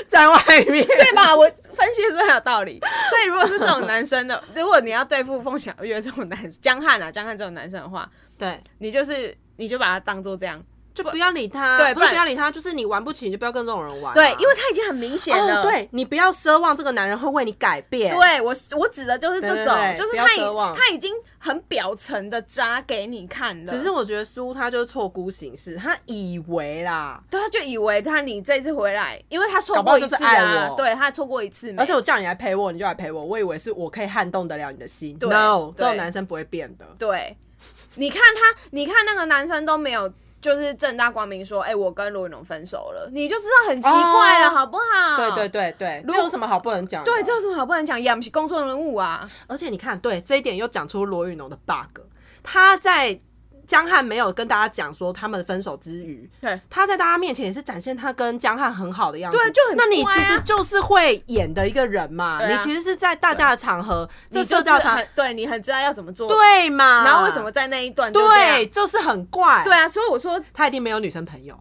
在外面，对吧？我分析的是不是很有道理。所以如果是这种男生的， 如果你要对付凤小岳这种男江汉啊，江汉这种男生的话，对，你就是你就把他当做这样，就不要理他，对不不是然不要理他，就是你玩不起，你就不要跟这种人玩啊、对，因为他已经很明显了，哦，对你不要奢望这个男人会为你改变，对我我指的就是这种，对对对就是不要他已奢望他已经很表层的渣给你看了，只是我觉得苏他就是错估形势，他以为啦，对他就以为他你这次回来，因为他错搞不好过就一是次爱啊我，对他错过一次没，而且我叫你来陪我，你就来陪我，我以为是我可以撼动得了你的心。对 No，对这种男生不会变的。对，你看他，你看那个男生都没有，就是正大光明说，哎、我跟罗云龙分手了，你就知道很奇怪了，哦好不好？对对对对，这有什么好不能讲的？对，这有什么好不能讲？也不是公众人物啊，而且你看，对这一点又讲出罗宇农的 bug，他在。江汉没有跟大家讲说他们分手之余，对他在大家面前也是展现他跟江汉很好的样子。对就很那你乖啊其实就是会演的一个人嘛，对啊你其实是在大家的场合，这你就社知交道场很，对你很知道要怎么做，、对嘛？然后为什么在那一段就这样对，就是很怪。对，啊，所以我说，他一定没有女生朋友。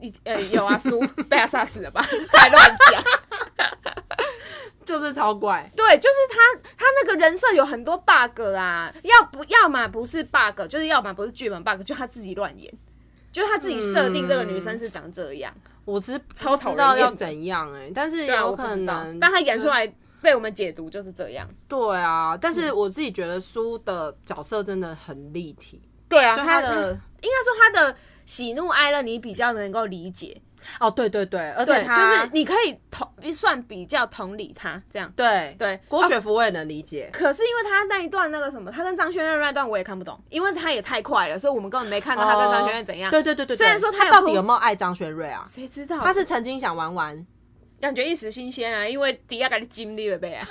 你呃，有啊， 苏被他杀死了吧？ 还乱讲。就是超怪。对，就是他，他那个人设有很多 bug 啦，要不要嘛不是 bug，就是要么不是剧本 bug，就他自己乱演，就是他自己设定这个女生是长这样。我只是超不讨知人厌道的要怎样哎、但是也对啊，有我不可知道能，，但他演出来被我们解读就是这样。对啊。但嗯是我自己觉得苏的角色真的很立体，对啊就他他的的应该说他的喜怒哀乐你比较能够理解，哦，对对对，而对，且就他是你可以同算比较同理他这样。对对啊郭雪芙我也能理解。可是因为他那一段那个什么，他跟张轩睿那段我也看不懂，因为他也太快了，所以我们根本没看到他跟张轩睿怎样。哦对对对对，对虽然说他他有到底哭有没有爱张学睿啊？谁知道他是曾经想玩玩，感觉一时新鲜啊，因为迪亚给你经 历了呗，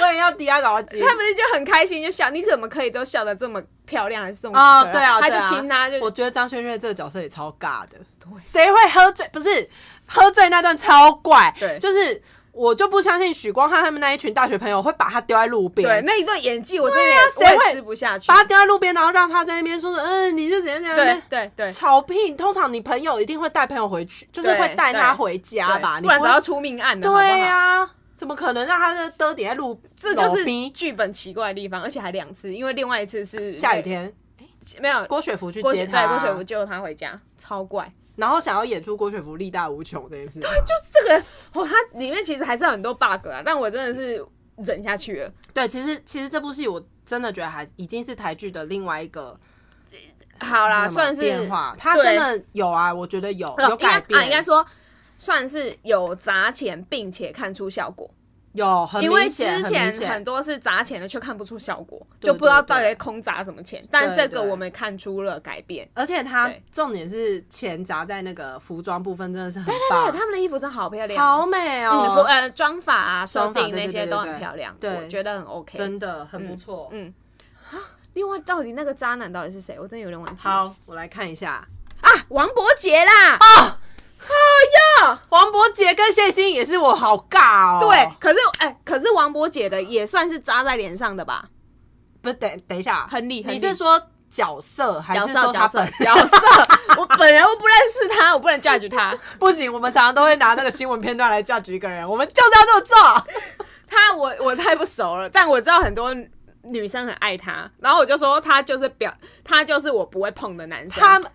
我也要迪亚搞基他不是就很开心就笑，你怎么可以都笑得这么漂亮，还是这么哦，对啊，他对就啊亲他就我觉得张轩睿这个角色也超尬的，谁会喝醉？不是喝醉那段超怪，对就是我就不相信许光汉他们那一群大学朋友会把他丢在路边，对，那一段演技我真的也、对啊谁我也会吃不下去。把他丢在路边，然后让他在那边说的，嗯，你是怎样怎样，对对对，吵屁！通常你朋友一定会带朋友回去，就是会带他回家对吧，你不然会早要出命案了，对呀、呀、怎么可能让他的兜点在路？这就路是边剧本奇怪的地方，而且还两次，因为另外一次是下雨天，没有郭雪芙去郭接雪他，对郭雪芙救他回家，超怪。然后想要演出郭雪芙力大无穷这件事，就是这个，哦，它里面其实还是有很多 bug 啊，但我真的是忍下去了，对，其实其实这部戏我真的觉得还已经是台剧的另外一个好啦，什么算是变化，它对真的有啊，我觉得有哦有应该改变，啊，应该说算是有砸钱，并且看出效果。有很因为明之显很前明显很多是砸钱的，却看不出效果，对就不知道对到底对在空砸什么钱。但对这个对我们看出了改变。而且它对重点是钱砸在那个服装部分，真的是很棒对，，他们的衣服真的好漂亮哦，好美嗯，服哦，呃妆法啊、设妆法定对那对些对都对很对漂亮，对我觉得很 OK。真的很不错。嗯，另外到底那个渣男到底是谁？我真的有点忘记了。好，我来看一下啊，王伯杰啦，黄渤杰跟谢欣也是我好尬哦。对，，可是哎、可是王伯杰的也算是扎在脸上的吧？不是等等一下，亨利亨利你是说角色还角是色说角他色本角色， 我本人我不认识他，我不能 judge 他。 不行，我们常常都会拿那个新闻片段来 judge 一个人，我们就是要这么做。他我我太不熟了，但我知道很多女生很爱他，然后我就说他就是表，他就是我不会碰的男生，他们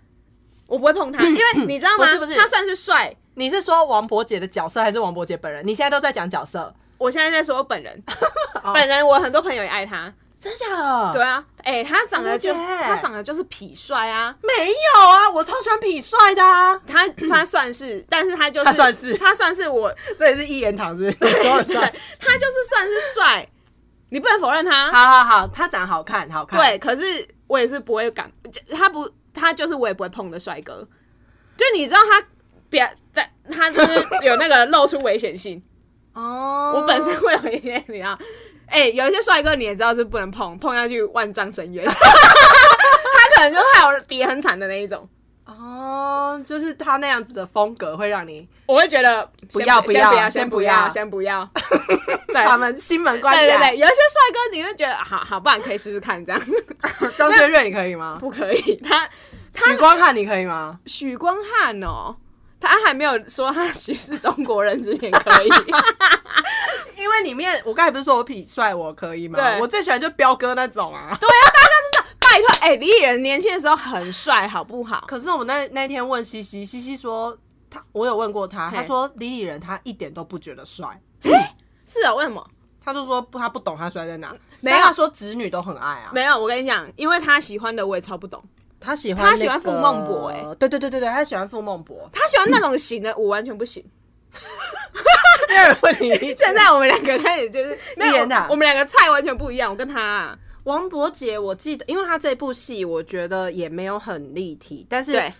我不会碰他， 因为你知道不吗？是不是他算是帅。你是说王伯杰的角色还是王伯杰本人？你现在都在讲角色，我现在在说我本人， 哦本人我很多朋友也爱他，真假的？对，啊，哎、他长得就王伯杰他长得就是痞帅啊，没有啊，我超喜欢痞帅的啊，他他算是，但是他就是他算是他算是我，这也是一言堂是 不是？ 说了算。他就是算是帅，你不能否认他，好好好，他长得好看，好看。对，可是我也是不会敢，就他不，他就是我也不会碰的帅 哥。就你知道他表，但他就是有那个露出危险性，哦，我本身会有一些，你知道，哎、有一些帅哥你也知道是不能碰，碰下去万丈 深渊。他可能就害我跌很惨的那一种，哦，就是他那样子的风格会让 你我会觉得不要先不不要要，先先不不要，要先 不要。把门心门关对起对来。对，有一些帅哥你会觉得好好，不然可以试试 看这样。张学瑞你可以吗？不可以，他许光汉你可以吗？许光汉哦，他还没有说他其实是中国人之前可以。因为里面我刚才不是说我痞帅我可以吗？对我最喜欢就彪哥那种啊。 拜托，哎、李艺人年轻的时候很帅，好不好？可是我们那那天问西西，西西说他，我有问过他，嘿他说李李仁他一点都不觉得帅，是啊、为什么？他就说不他不懂他帅在哪。没有但他说直女都很爱啊，没有，我跟你讲，因为他喜欢的我也超不懂，他喜欢、他喜欢傅孟博欸。对对对对对，他喜欢傅孟博他喜欢那种型的，我完全不行。没有人问你，现在我们两个开始 就是没有天哪，我们两个菜完全不一样。我跟 他、啊王伯杰，我记得，因为他这部戏我觉得也没有很立体，但是对，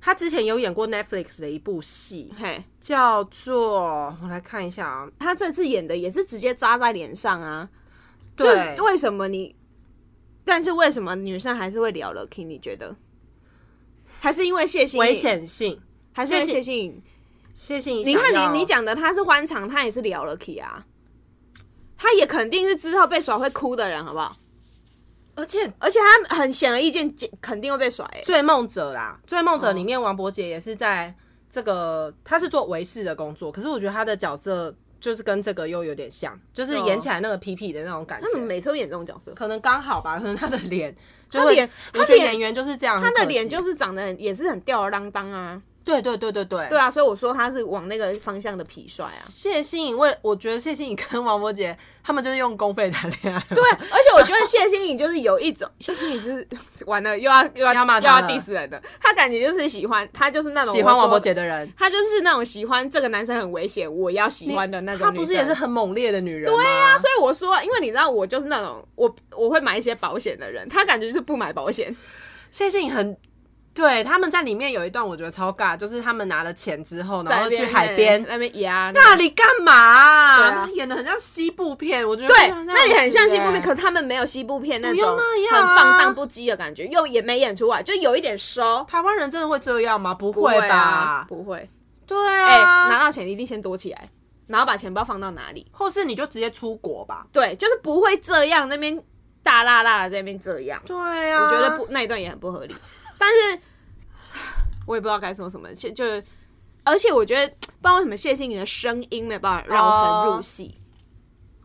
他之前有演过 Netflix 的一部戏，嘿，叫做我来看一下啊，他这次演的也是直接扎在脸上啊。对就为什么你？但是为什么女生还是会聊 Lucky？你觉得？还是因为谢欣颖危，险性，还是因为谢谢欣颖？谢谢你你想要。看你你讲的他是欢场，他也是聊 Lucky 啊，他也肯定是之后被甩会哭的人，好不好？而且而且他很显而易见，肯定会被甩、欸。 《追梦者》啦，《追梦者》里面王伯杰也是在这个，他是做维士的工作，可是我觉得他的角色就是跟这个又有点像，就是演起来那个痞痞的那种感觉他，怎么每次都演这种角色？可能刚好吧，可 能他的脸就他会脸我他觉得脸演员就是这样，他很的可脸惜就是长得很也是很吊儿郎当啊，对对对对对对。啊，所以我说他是往那个方向的痞帅啊。谢欣颖为，我觉得谢欣颖跟王伯杰他们就是用公费谈恋爱，对啊对， 而且我觉得谢欣颖就是有一种， 谢欣颖就是完了又要又要要骂又他要了 diss 人的，他感觉就是喜欢他就是那种喜欢我王说伯杰，的人，他就是那种喜欢这个男生很危险，我要喜欢的那种她不是也是很很猛烈的女人对啊所以我说，因为你知道我就是那种我我会买一些保险的人，他感觉就是不买保险，谢欣颖很对，他们在里面有一段我觉得超尬，就是他们拿了钱之后，然后去海边，那边压那里干嘛、啊对啊他演的很像西部片，我觉得对，啊样子那里很像西部片，欸可他们没有西部片那不种用那样啊很放荡不羁的感觉，又也没演出来，就有一点收。台湾人真的会这样吗？不不会吧？啊不会。对哎、啊、拿到钱一定先躲起来，然后把钱包放到哪里？或是你就直接出国吧。对，就是不会这样，那边大辣辣的在那边这样，对啊，我觉得不，那一段也很不合理。但是我也不知道该说什么，就就而且我觉得不知道为什么谢欣颖的声音没有办法让我很入戏。哦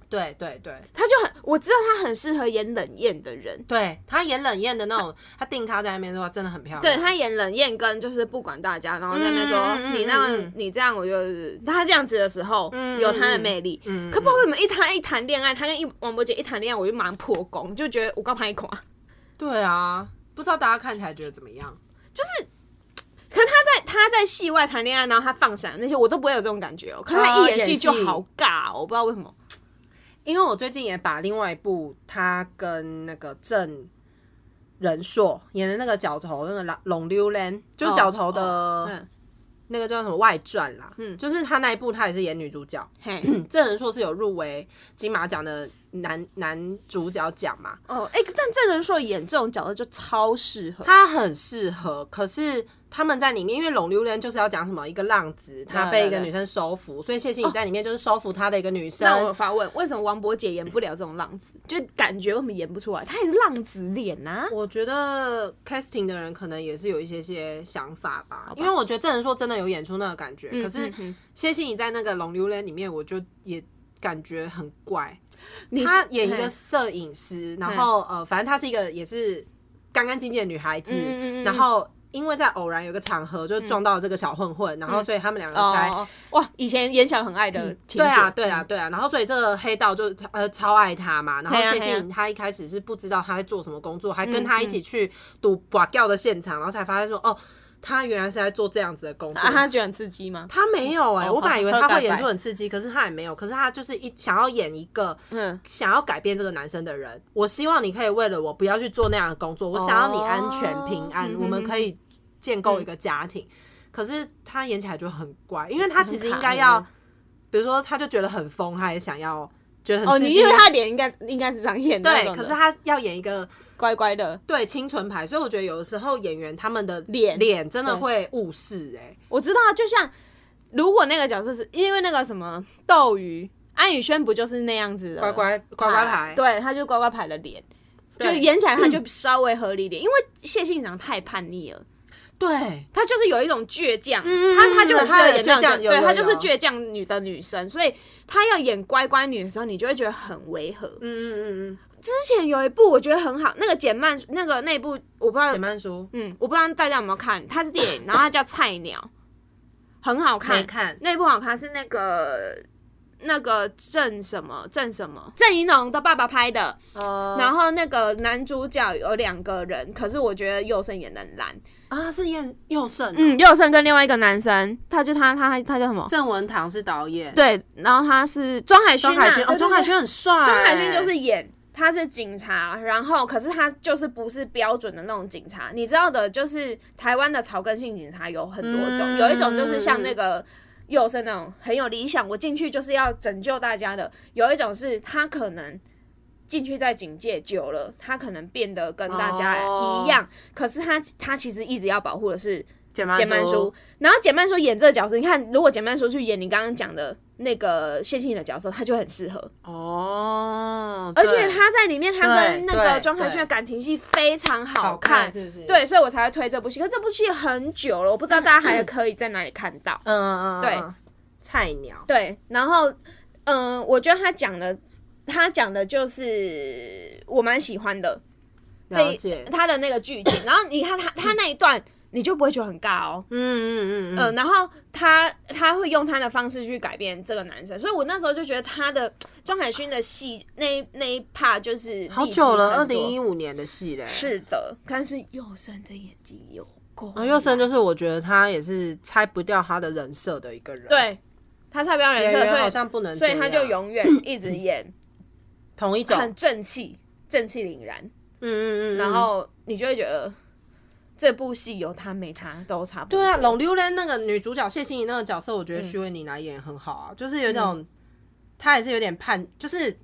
对对对他就很，我知道他很适合演冷艳的人，对，她演冷艳的那种，她定咖在那边的话，真的很漂亮。对他演冷艳跟就是不管大家，然后在那边说、嗯嗯嗯你那样、嗯嗯你这样，我就是他这样子的时候、嗯有他的魅力。嗯嗯可不知道为什么一谈一谈恋爱，他跟一王伯杰一谈恋爱，我就马上破功，就觉得我刚拍垮。对啊，不知道大家看起来觉得怎么样？可是他在哎他在戏外谈恋爱，然后他放闪那些，我都不会有这种感觉哦、可是他一哦演戏演戏就好尬哦、我不知道为什么。因为我最近也把另外一部他跟那个郑仁硕演的那个角头那个《龙溜兰》，就是角头哦的嗯，那个叫什么外传啦，嗯就是他那一部他也是演女主角， 嘿，郑仁硕是有入围金马奖的男男主角奖嘛，哦，哎、但郑仁硕演这种角色就超适合。他很适合，可是。他们在里面，因为《龙溜人》就是要讲什么一个浪子，他被一个对对女生收服，所以谢欣颖在里面就是收服他的一个女生。那我发问，为什么王伯杰演不了这种浪子？就感觉我们演不出来，他也是浪子脸啊呐、我觉得 casting 的人可能也是有一些些想法吧，因为我觉得郑仁硕真的有演出那个感觉，可是嗯嗯谢欣怡在那个《龙榴莲》里面，我就也感觉很怪。你她是演一个嘿摄影师，然后呃，反正她是一个也是干干净净的女孩子，嗯嗯嗯嗯然后。因为在偶然有个场合就撞到这个小混混，然后所以他们两个才、嗯哦，嗯哇，以前演小很爱的情节，对啊，对啊，对啊。然后所以这个黑道就呃超爱他嘛。然后嘿啊谢嘿啊嗯欣颖她一开始是不知道他在做什么工作，还跟他一起去赌把掉的现场，然后才发现说哦，他原来是在做这样子的工作。啊，他觉得很刺激吗？他没有哎、哦我本来以为喝他咖会演啡出很刺激，可是他也没有。可是他就是一想要演一个嗯，想要改变这个男生的人。我希望你可以为了我不要去做那样的工作，我想要你安全哦平安嗯，我们可以建构一个家庭。可是他演起来就很怪，因为他其实应该很要卡比如说他就觉得很疯，他也想要觉得很哦，刺你激因为他脸应该应该是这样演的那对，种的，可是他要演一个乖乖的。对清纯牌，所以我觉得有的时候演员他们的脸脸真的对会误事哎、我知道啊，就像如果那个角色是因为那个什么斗鱼，安以轩不就是那样子的乖乖乖乖牌，对，他就乖乖牌的脸，就对演起来他就稍微合理一点，因为谢信长太叛逆了。对她就是有一种倔强，嗯她她就很适合演她那有倔强种，有对有她就是有倔强女的女生，所以她要演乖乖女的时候，你就会觉得很违和。嗯嗯嗯嗯，之前有一部我觉得很好，那个简曼那个那部我不知道简，曼书嗯，我不知道大家有没有看，它是电影，然后它叫《菜鸟》，很好看没，看那一部好看是那个那个郑什么郑什么郑怡农的爸爸拍的，呃然后那个男主角有两个人，可是我觉得佑胜演的烂，啊是燕佑胜，嗯，佑胜跟另外一个男生，他就他他他叫什么？郑文堂是导演，对，然后他是庄海勋、庄啊，凯勋哦，对庄凯，勋很帅欸，对对庄海勋就是演他是警察，然后可是他就是不是标准的那种警察，你知道的，就是台湾的草根性警察有很多种，嗯有一种就是像那个。佑胜那种很有理想，我进去就是要拯救大家的。有一种是他可能进去在警戒久了，他可能变得跟大家一样，可是他他其实一直要保护的是简曼简曼书书，，然后简曼书演这个角色，你看，如果简曼书去演你刚刚讲的那个谢欣颖的角色，他就很适合。哦，而对且他在里面，他跟对那个对庄凯勋的感情戏非常好好看，看是不是？对，所以我才会推这部戏。可这部戏很久了，我不知道大 家还可以在哪里看到。嗯，嗯嗯，对嗯，菜鸟，对，然后，嗯、我觉得他讲的，他讲的就是我蛮喜欢的这了一解，他的那个剧情。然后你看他他那一段，你就不会觉得很尬哦。嗯嗯嗯嗯，嗯，然后他他会用他的方式去改变这个男生，所以我那时候就觉得他的庄凯勋的戏那一那一 part 就是好久了，二立体很多零一五年的戏嘞，是的，但是佑胜这演技有够烂，然后哦佑生就是我觉得他也是拆不掉他的人设的一个人，，对他差不多人演设，员好所像不能以这所样，以他就永远一直 演同一种，嗯很正气，正气凛然，嗯嗯嗯，然后你就会觉得这部戏有他没他都差不多，对啊，《龙溜兰》那个女主角谢欣怡那个角色，我嗯觉得徐伟宁来演很好啊，就是有一种，她也是有点叛，就是有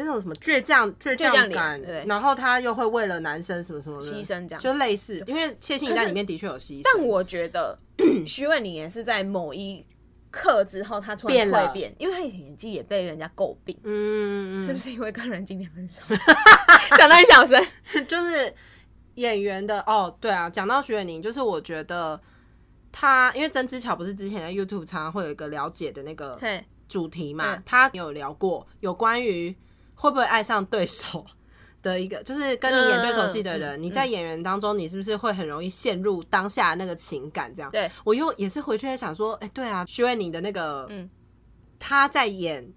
那种什么倔强倔强倔强感脸对，然后她又会为了男生什么什么的牺牲这样就类似，因为谢欣怡在里面的确有牺牲，啊但我 觉得徐伟宁也是在某一刻之后，他突然变了蜕变，因为他以前演技也被人家诟病，嗯，是不是因为跟人今天 分手？讲的很小声，就是演员的哦，对啊，讲到徐远宁，就是我觉得他，因为曾之乔不是之前在 YouTube 常常会有一个了解的那个嘿，主题嘛，嗯他有聊过有关于会不会爱上对手的一个，就是跟你演对手戏的人，嗯嗯嗯你在演员当中，你是不是会很容易陷入当下那个情感？这样，对我又也是回去在想说，哎、对啊，徐伟宁的那个，嗯他在演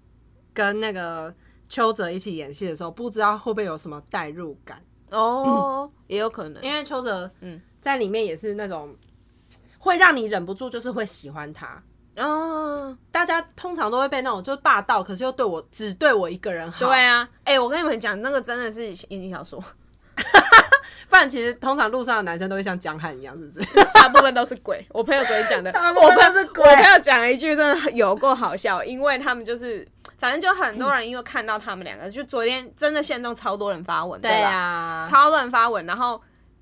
跟那个邱泽一起演戏的时候，不知道会不会有什么代入感。哦，也有可能，嗯因为邱泽，嗯在里面也是那种会让你忍不住就是会喜欢他。哦，大家通常都会被那种就是霸道，可是又对我只对我一个人好。对，啊，哎、我跟你们讲，那个真的是言情小说，不然其实通常路上的男生都会像江汉一样，是不 是？大部分都是鬼。我朋友昨天讲的， 大部我分朋友都是鬼我朋友讲了一句真的有够好笑，因为他们就是，反正就很多人因为看到他们两个，就昨天真的现动超多人发文，对吧啊超乱发文，然后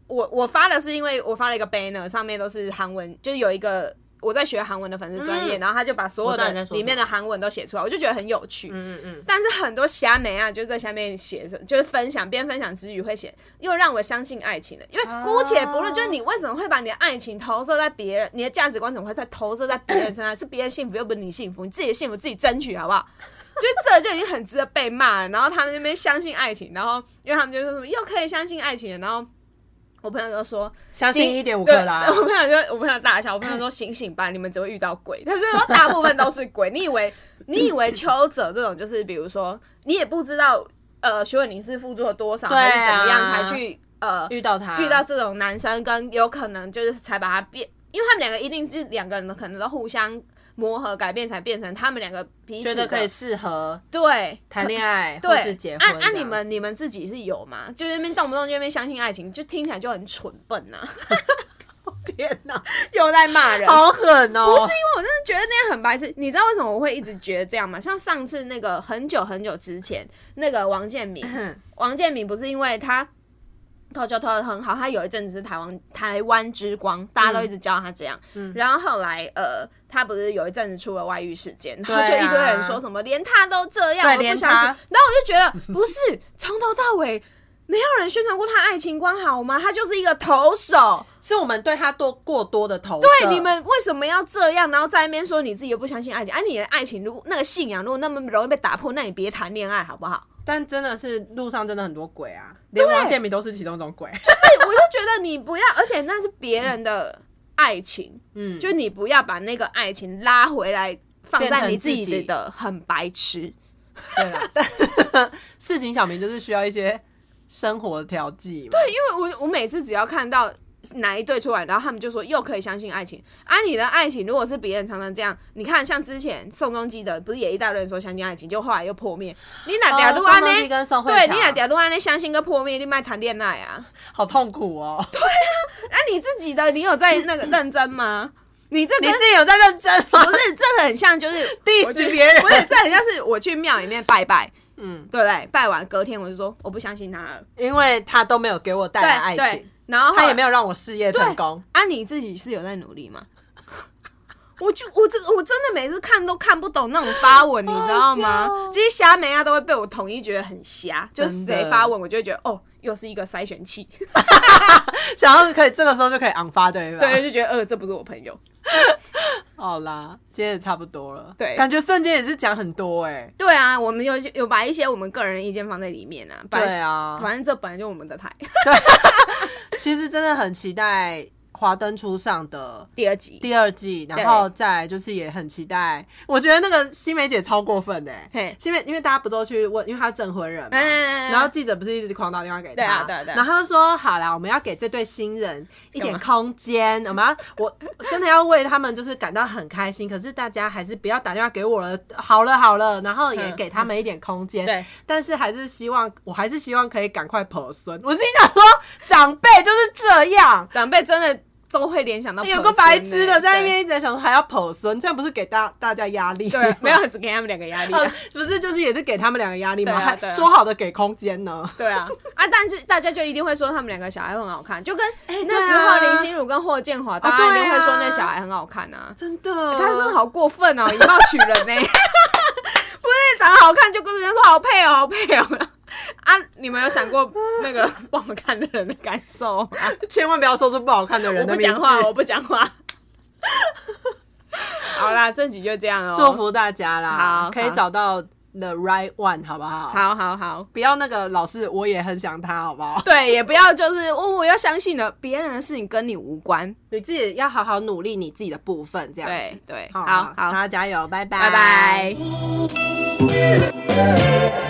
我我发的是因为我发了一个 banner，上面都是韩文，就是有一个我在学韩文的粉丝专业，嗯然后他就把所有我知道的你在说什么里面的韩文都写出来，我就觉得很有趣。嗯嗯但是很多虾梅啊，就在下面写着，就是分享，边分享之余会写，又让我相信爱情了。因为姑且不论，就是你为什么会把你的爱情投射在别人，你的价值观怎么会在投射在别人身上？是别人幸福，又不是你幸福，你自己的幸福自己争取，好不好？就这就已经很值得被骂了。然后他们那边相信爱情，然后因为他们就说什么又可以相信爱情了，然后我朋友就说相信一点五对克拉 我。朋友就我朋友大笑，我朋友说醒醒吧，你们只会遇到鬼。他就说哦大部分都是鬼。你以为 你以为邱泽这种就是比如说你也不知道呃徐伟宁是付出了多少、啊还是怎么样才去呃遇到他，遇到这种男生，跟有可能就是才把他变，因为他们两个一定是两个人可能都互相磨合改变，才变成他们两个彼此觉的得可以适合对谈恋爱或对是结婚这啊样。啊！你们你们啊 自己是有吗？就那边动不动就那边相信爱情，就听起来就很蠢笨呐、天 哪，又在骂人。好狠哦！不是因为我真的觉得那样很白痴，你知道为什么我会一直觉得这样吗？像上次那个很久很久之前那个王 建民，王建民不是因为他投球投的很好，他有一阵子是台湾台湾之光，嗯大家都一直叫他这样。然后后来呃，他不是有一阵子出了外遇事件，然后就对啊一堆人说什么连他都这样，对我不连相信。他然后我就觉得不是从头到尾。没有人宣传过他爱情观好吗？他就是一个投手，是我们对他多过多的投射。对，你们为什么要这样？然后在那边说你自己又不相信爱情，哎、啊，你的爱情如果那个信仰如果那么容易被打破，那你别谈恋爱好不好？但真的是路上真的很多鬼啊，连王建民都是其中一种鬼。就是我就觉得你不要，而且那是别人的爱情，嗯，就你不要把那个爱情拉回来放在你自变成己自己的，很白痴。对啦， 但市井小民就是需要一些生活调剂嘛。对，因为我我每次只要看到哪一对出来，然后他们就说又可以相信爱情啊，你的爱情如果是别人常常这样，你看像之前宋仲基的，不是也一大堆人说相信爱情，就后来又破灭，你哪嗲都安宋仲基呢？跟宋慧对乔你俩嗲都安那相信跟破灭，你卖谈恋爱啊？好痛苦哦。啊，你自己的，你有在那个认真吗？你这跟自己有在认真吗？ 不是这很像，就是 diss 我去别人不是这很像是我去庙里面拜拜，嗯，对不对？拜完隔天我就说我不相信他了，因为他都没有给我带来爱对情对，，然后他也有。没有让我事业成功。啊，你自己是有在努力吗？ 我就我真我真的每次看都看不懂那种发文，你知道吗好笑哦？这些瞎妹啊都会被我统一觉得很瞎，就真的谁发文我就会觉得哦，又是一个筛选器，想要可以这个时候就可以昂发对吧？啊对，，就觉得呃这不是我朋友。好啦，今天也差不多了。对感觉瞬间也是讲很多哎、 对啊，我们有有把一些我们个人意见放在里面啊，本来对啊反正这本来就我们的台 其实真的很期待《华灯初上》的第二集，第二季，然后再来就是也很期待。我觉得那个新梅姐超过分的、欸嘿，新梅因为大家不都去问，因为她证婚人嘛，嗯然后记者不是一直狂打电话给她，对啊对啊对啊然后她就说好啦，我们要给这对新人一点干嘛空间，我们要我真的要为他们就是感到很开心，可是大家还是不要打电话给我了，好了好了，然后也嗯给他们一点空间，对，但是还是希望，我还是希望可以赶快婆孙。我心想说，长辈就是这样，长辈真的都会联想到有个婆孙白痴欸的在那边一直在想说还要跑孙，这样不是给大大家压力？对，对，没。有只给他们两个压力啊、呃 不是，就是也是给他们两个压力吗？对啊还对啊说好的给空间呢？ 对啊，啊，但是大家就一定会说他们两个小孩会很好看，就跟、对啊哦啊那时候林心如跟霍建华，大家一定会说那小孩很好看啊。真的，他真的好过分哦，以貌取人呢、 不是长得好看就跟人家说好配哦，好配哦。 啊，你们有想过那个不好看的人的感受吗？ 千万不要说出不好看的人我的不名字讲话，我不讲话。 好啦，这集就这样哦。祝。福大家啦，好可以好找到 the right one，好不好？，好好好。不要那个老是我也很想他，好不好？对，也不要就是哦，我要相信了，别人的事情跟你无关。 你自己要好好努力你自己的部分，这样子。对对，好好大好，家加油，拜拜，拜拜。